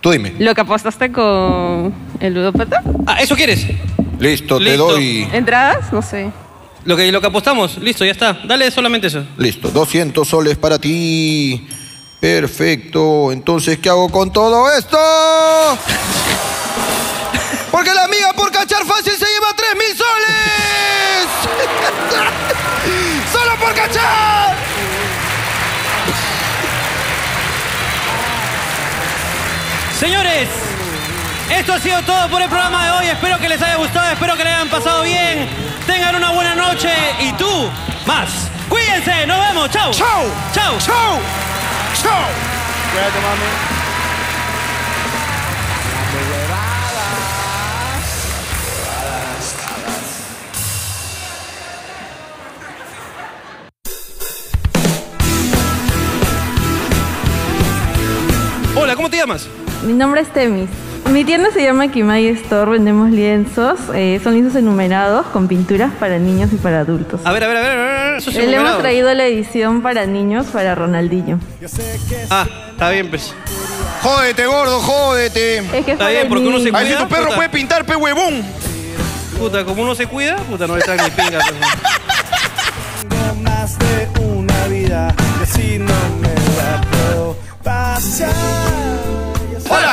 Tú dime. ¿Lo que apostaste con el ludópata? Ah, ¿eso quieres? Listo, te Listo. doy. ¿Entradas? No sé. Lo que, lo que apostamos, listo, ya está. Dale solamente eso. Listo, 200 soles para ti. Perfecto. Entonces, ¿qué hago con todo esto? Porque la amiga por cachar fácil se lleva 3 mil soles. Solo por cachar. Esto ha sido todo por el programa de hoy. Espero que les haya gustado, espero que le hayan pasado bien. Tengan una buena noche y tú más. Cuídense, nos vemos. Chau. Chau. Chau. Chau. Chau. Cuídate, mami. Hola, ¿cómo te llamas? Mi nombre es Temis. Mi tienda se llama Kimai Store, vendemos lienzos, eh, son lienzos enumerados con pinturas para niños y para adultos. A ver, a ver, a ver, a ver, a ver. esos Eh, Le hemos enumerados. traído la edición para niños para Ronaldinho. Ah, está bien, pues. Jódete, gordo, jódete. Es que Está bien, porque uno se cuida. Ay, si tu perro puta. puede pintar, pe huevón. Puta, como uno se cuida, puta, no le traen ni pinga. pues. Tengo más de una vida y así no me la puedo pasar.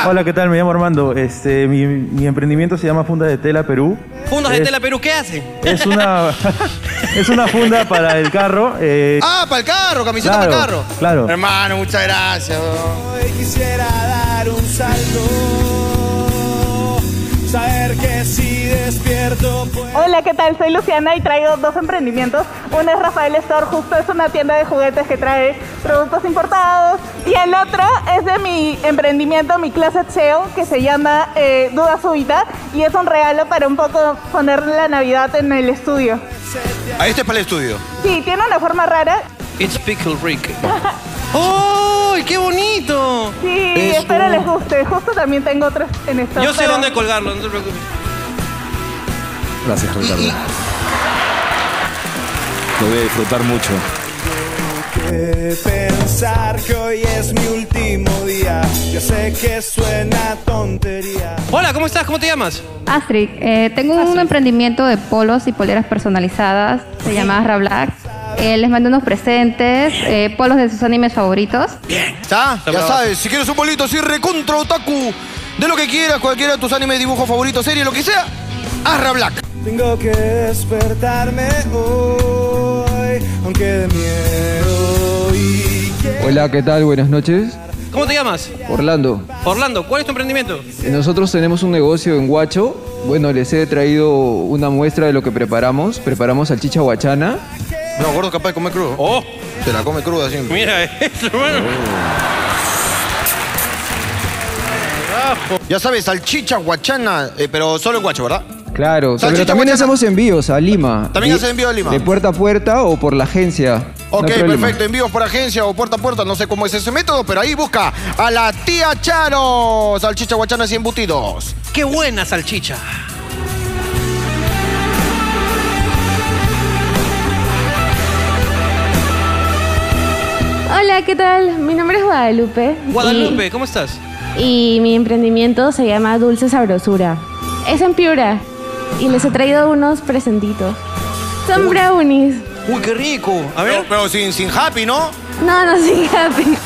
Hola, ¿qué tal? Me llamo Armando. Este, mi, mi emprendimiento se llama Funda de Tela Perú. Fundas de Es- tela Perú, ¿qué hacen? Es una, es una funda para el carro. eh, Ah, para el carro, camiseta claro, para el carro. Claro. Hermano, muchas gracias. Hoy quisiera dar un salto. Saber que si despierto puedo. Hola, ¿qué tal? Soy Luciana y traigo dos emprendimientos. Uno es Rafael Store, justo es una tienda de juguetes que trae productos importados. Y el otro es de mi emprendimiento, mi Closet Sale, que se llama eh, Duda Súbita. Y es un regalo para un poco poner la Navidad en el estudio. Ahí este es para el estudio. Sí, tiene una forma rara. It's Pickle Rick. ¡Oh, qué bonito! Sí, Esto. espero les guste. Justo también tengo otros en esto. Yo sé dónde colgarlo, no te preocupes. Gracias, Ricardo. Lo voy a disfrutar mucho. que pensar que hoy es mi último día. Yo sé que suena tontería. Hola, ¿cómo estás? ¿Cómo te llamas? Astrid, eh, tengo un emprendimiento de polos y poleras personalizadas, se llama Asra Black. Eh, les mando unos presentes, eh, polos de sus animes favoritos. ¿Está? Ya sabes, si quieres un bolito así recontra otaku, de lo que quieras, cualquiera de tus animes, dibujos favoritos, series, lo que sea, Arra Black. Tengo que despertarme hoy, aunque de miedo y Hola, ¿qué tal? Buenas noches. ¿Cómo te llamas? Orlando. Orlando, ¿cuál es tu emprendimiento? Nosotros tenemos un negocio en Huacho. Bueno, les he traído una muestra de lo que preparamos. Preparamos salchicha huachana. No, gordo capaz de comer crudo. Oh. Se la come cruda siempre. Mira eso, hermano. Oh. Ya sabes, salchicha guachana, eh, pero solo en guacho, ¿verdad? Claro, Salchicha pero también hacemos envíos a Lima. También Y- haces envío a Lima. De puerta a puerta o por la agencia. No Ok, hay problema. perfecto. Envíos por agencia o puerta a puerta, no sé cómo es ese método, pero ahí busca a la tía Charo. Salchicha guachana y embutidos. ¡Qué buena salchicha! Hola, ¿qué tal? Mi nombre es Guadalupe. Guadalupe, ¿cómo estás? Y, y mi emprendimiento se llama Dulce Sabrosura. Es en Piura. Y les he traído unos presentitos. Son brownies. Uy, qué rico. A ver. Pero, pero sin, sin happy, ¿no? No, no soy happy.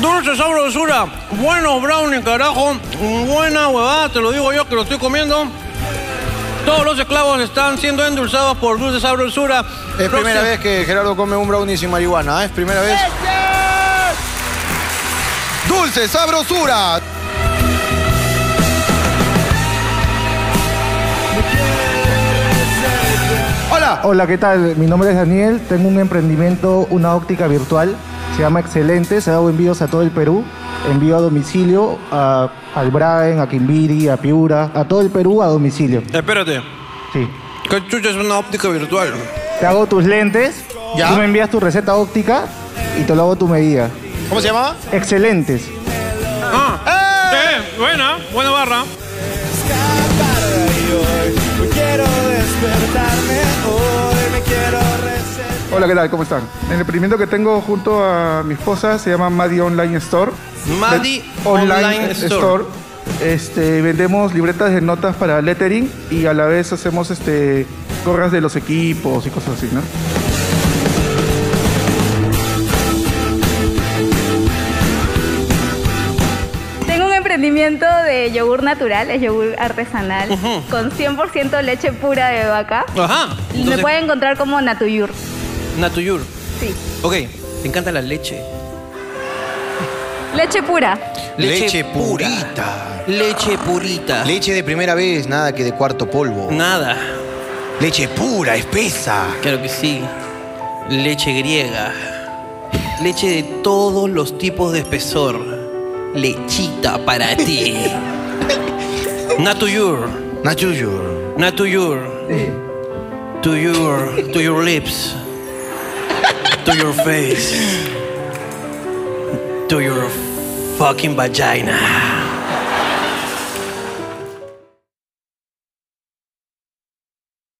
Dulce sabrosura, buenos brownies, carajo. Buena huevada, te lo digo yo que lo estoy comiendo. Todos los esclavos están siendo endulzados por dulce sabrosura. Es primera vez que Gerardo come un brownie sin marihuana, ¿eh? es primera vez. Dulce sabrosura. Hola. Hola, ¿qué tal? Mi nombre es Daniel, tengo un emprendimiento, una óptica virtual, se llama Excelente, se ha dado envíos a todo el Perú, envío a domicilio, a, al Braen, a Quimbiri, a Piura, a todo el Perú a domicilio. Espérate. Sí. ¿Qué chucha es una óptica virtual? Te hago tus lentes, Ya. tú me envías tu receta óptica y te lo hago a tu medida. ¿Cómo se llamaba? Excelentes. Ah, Eh, sí, buena, buena barra. hoy quiero despertarme hoy, me quiero resetear. Hola, ¿qué tal? ¿Cómo están? El emprendimiento que tengo junto a mi esposa se llama Maddy Online Store. Maddy De- Online Store. Este, vendemos libretas de notas para lettering y a la vez hacemos este, gorras de los equipos y cosas así, ¿no? Tengo un emprendimiento de yogur natural, es yogur artesanal, Ujú. con 100% leche pura de vaca. Ajá. Y Entonces- me pueden encontrar como Natuyur. Natuyur. Sí. Ok, te encanta la leche. Leche pura. Leche, purita. Leche purita. Leche de primera vez, nada que de cuarto polvo. Nada. Leche pura, espesa. Claro que sí. Leche griega. Leche de todos los tipos de espesor. Lechita para ti. Not to your. Not to your. Not to your. To your. To your lips. To your face. To your fucking vagina.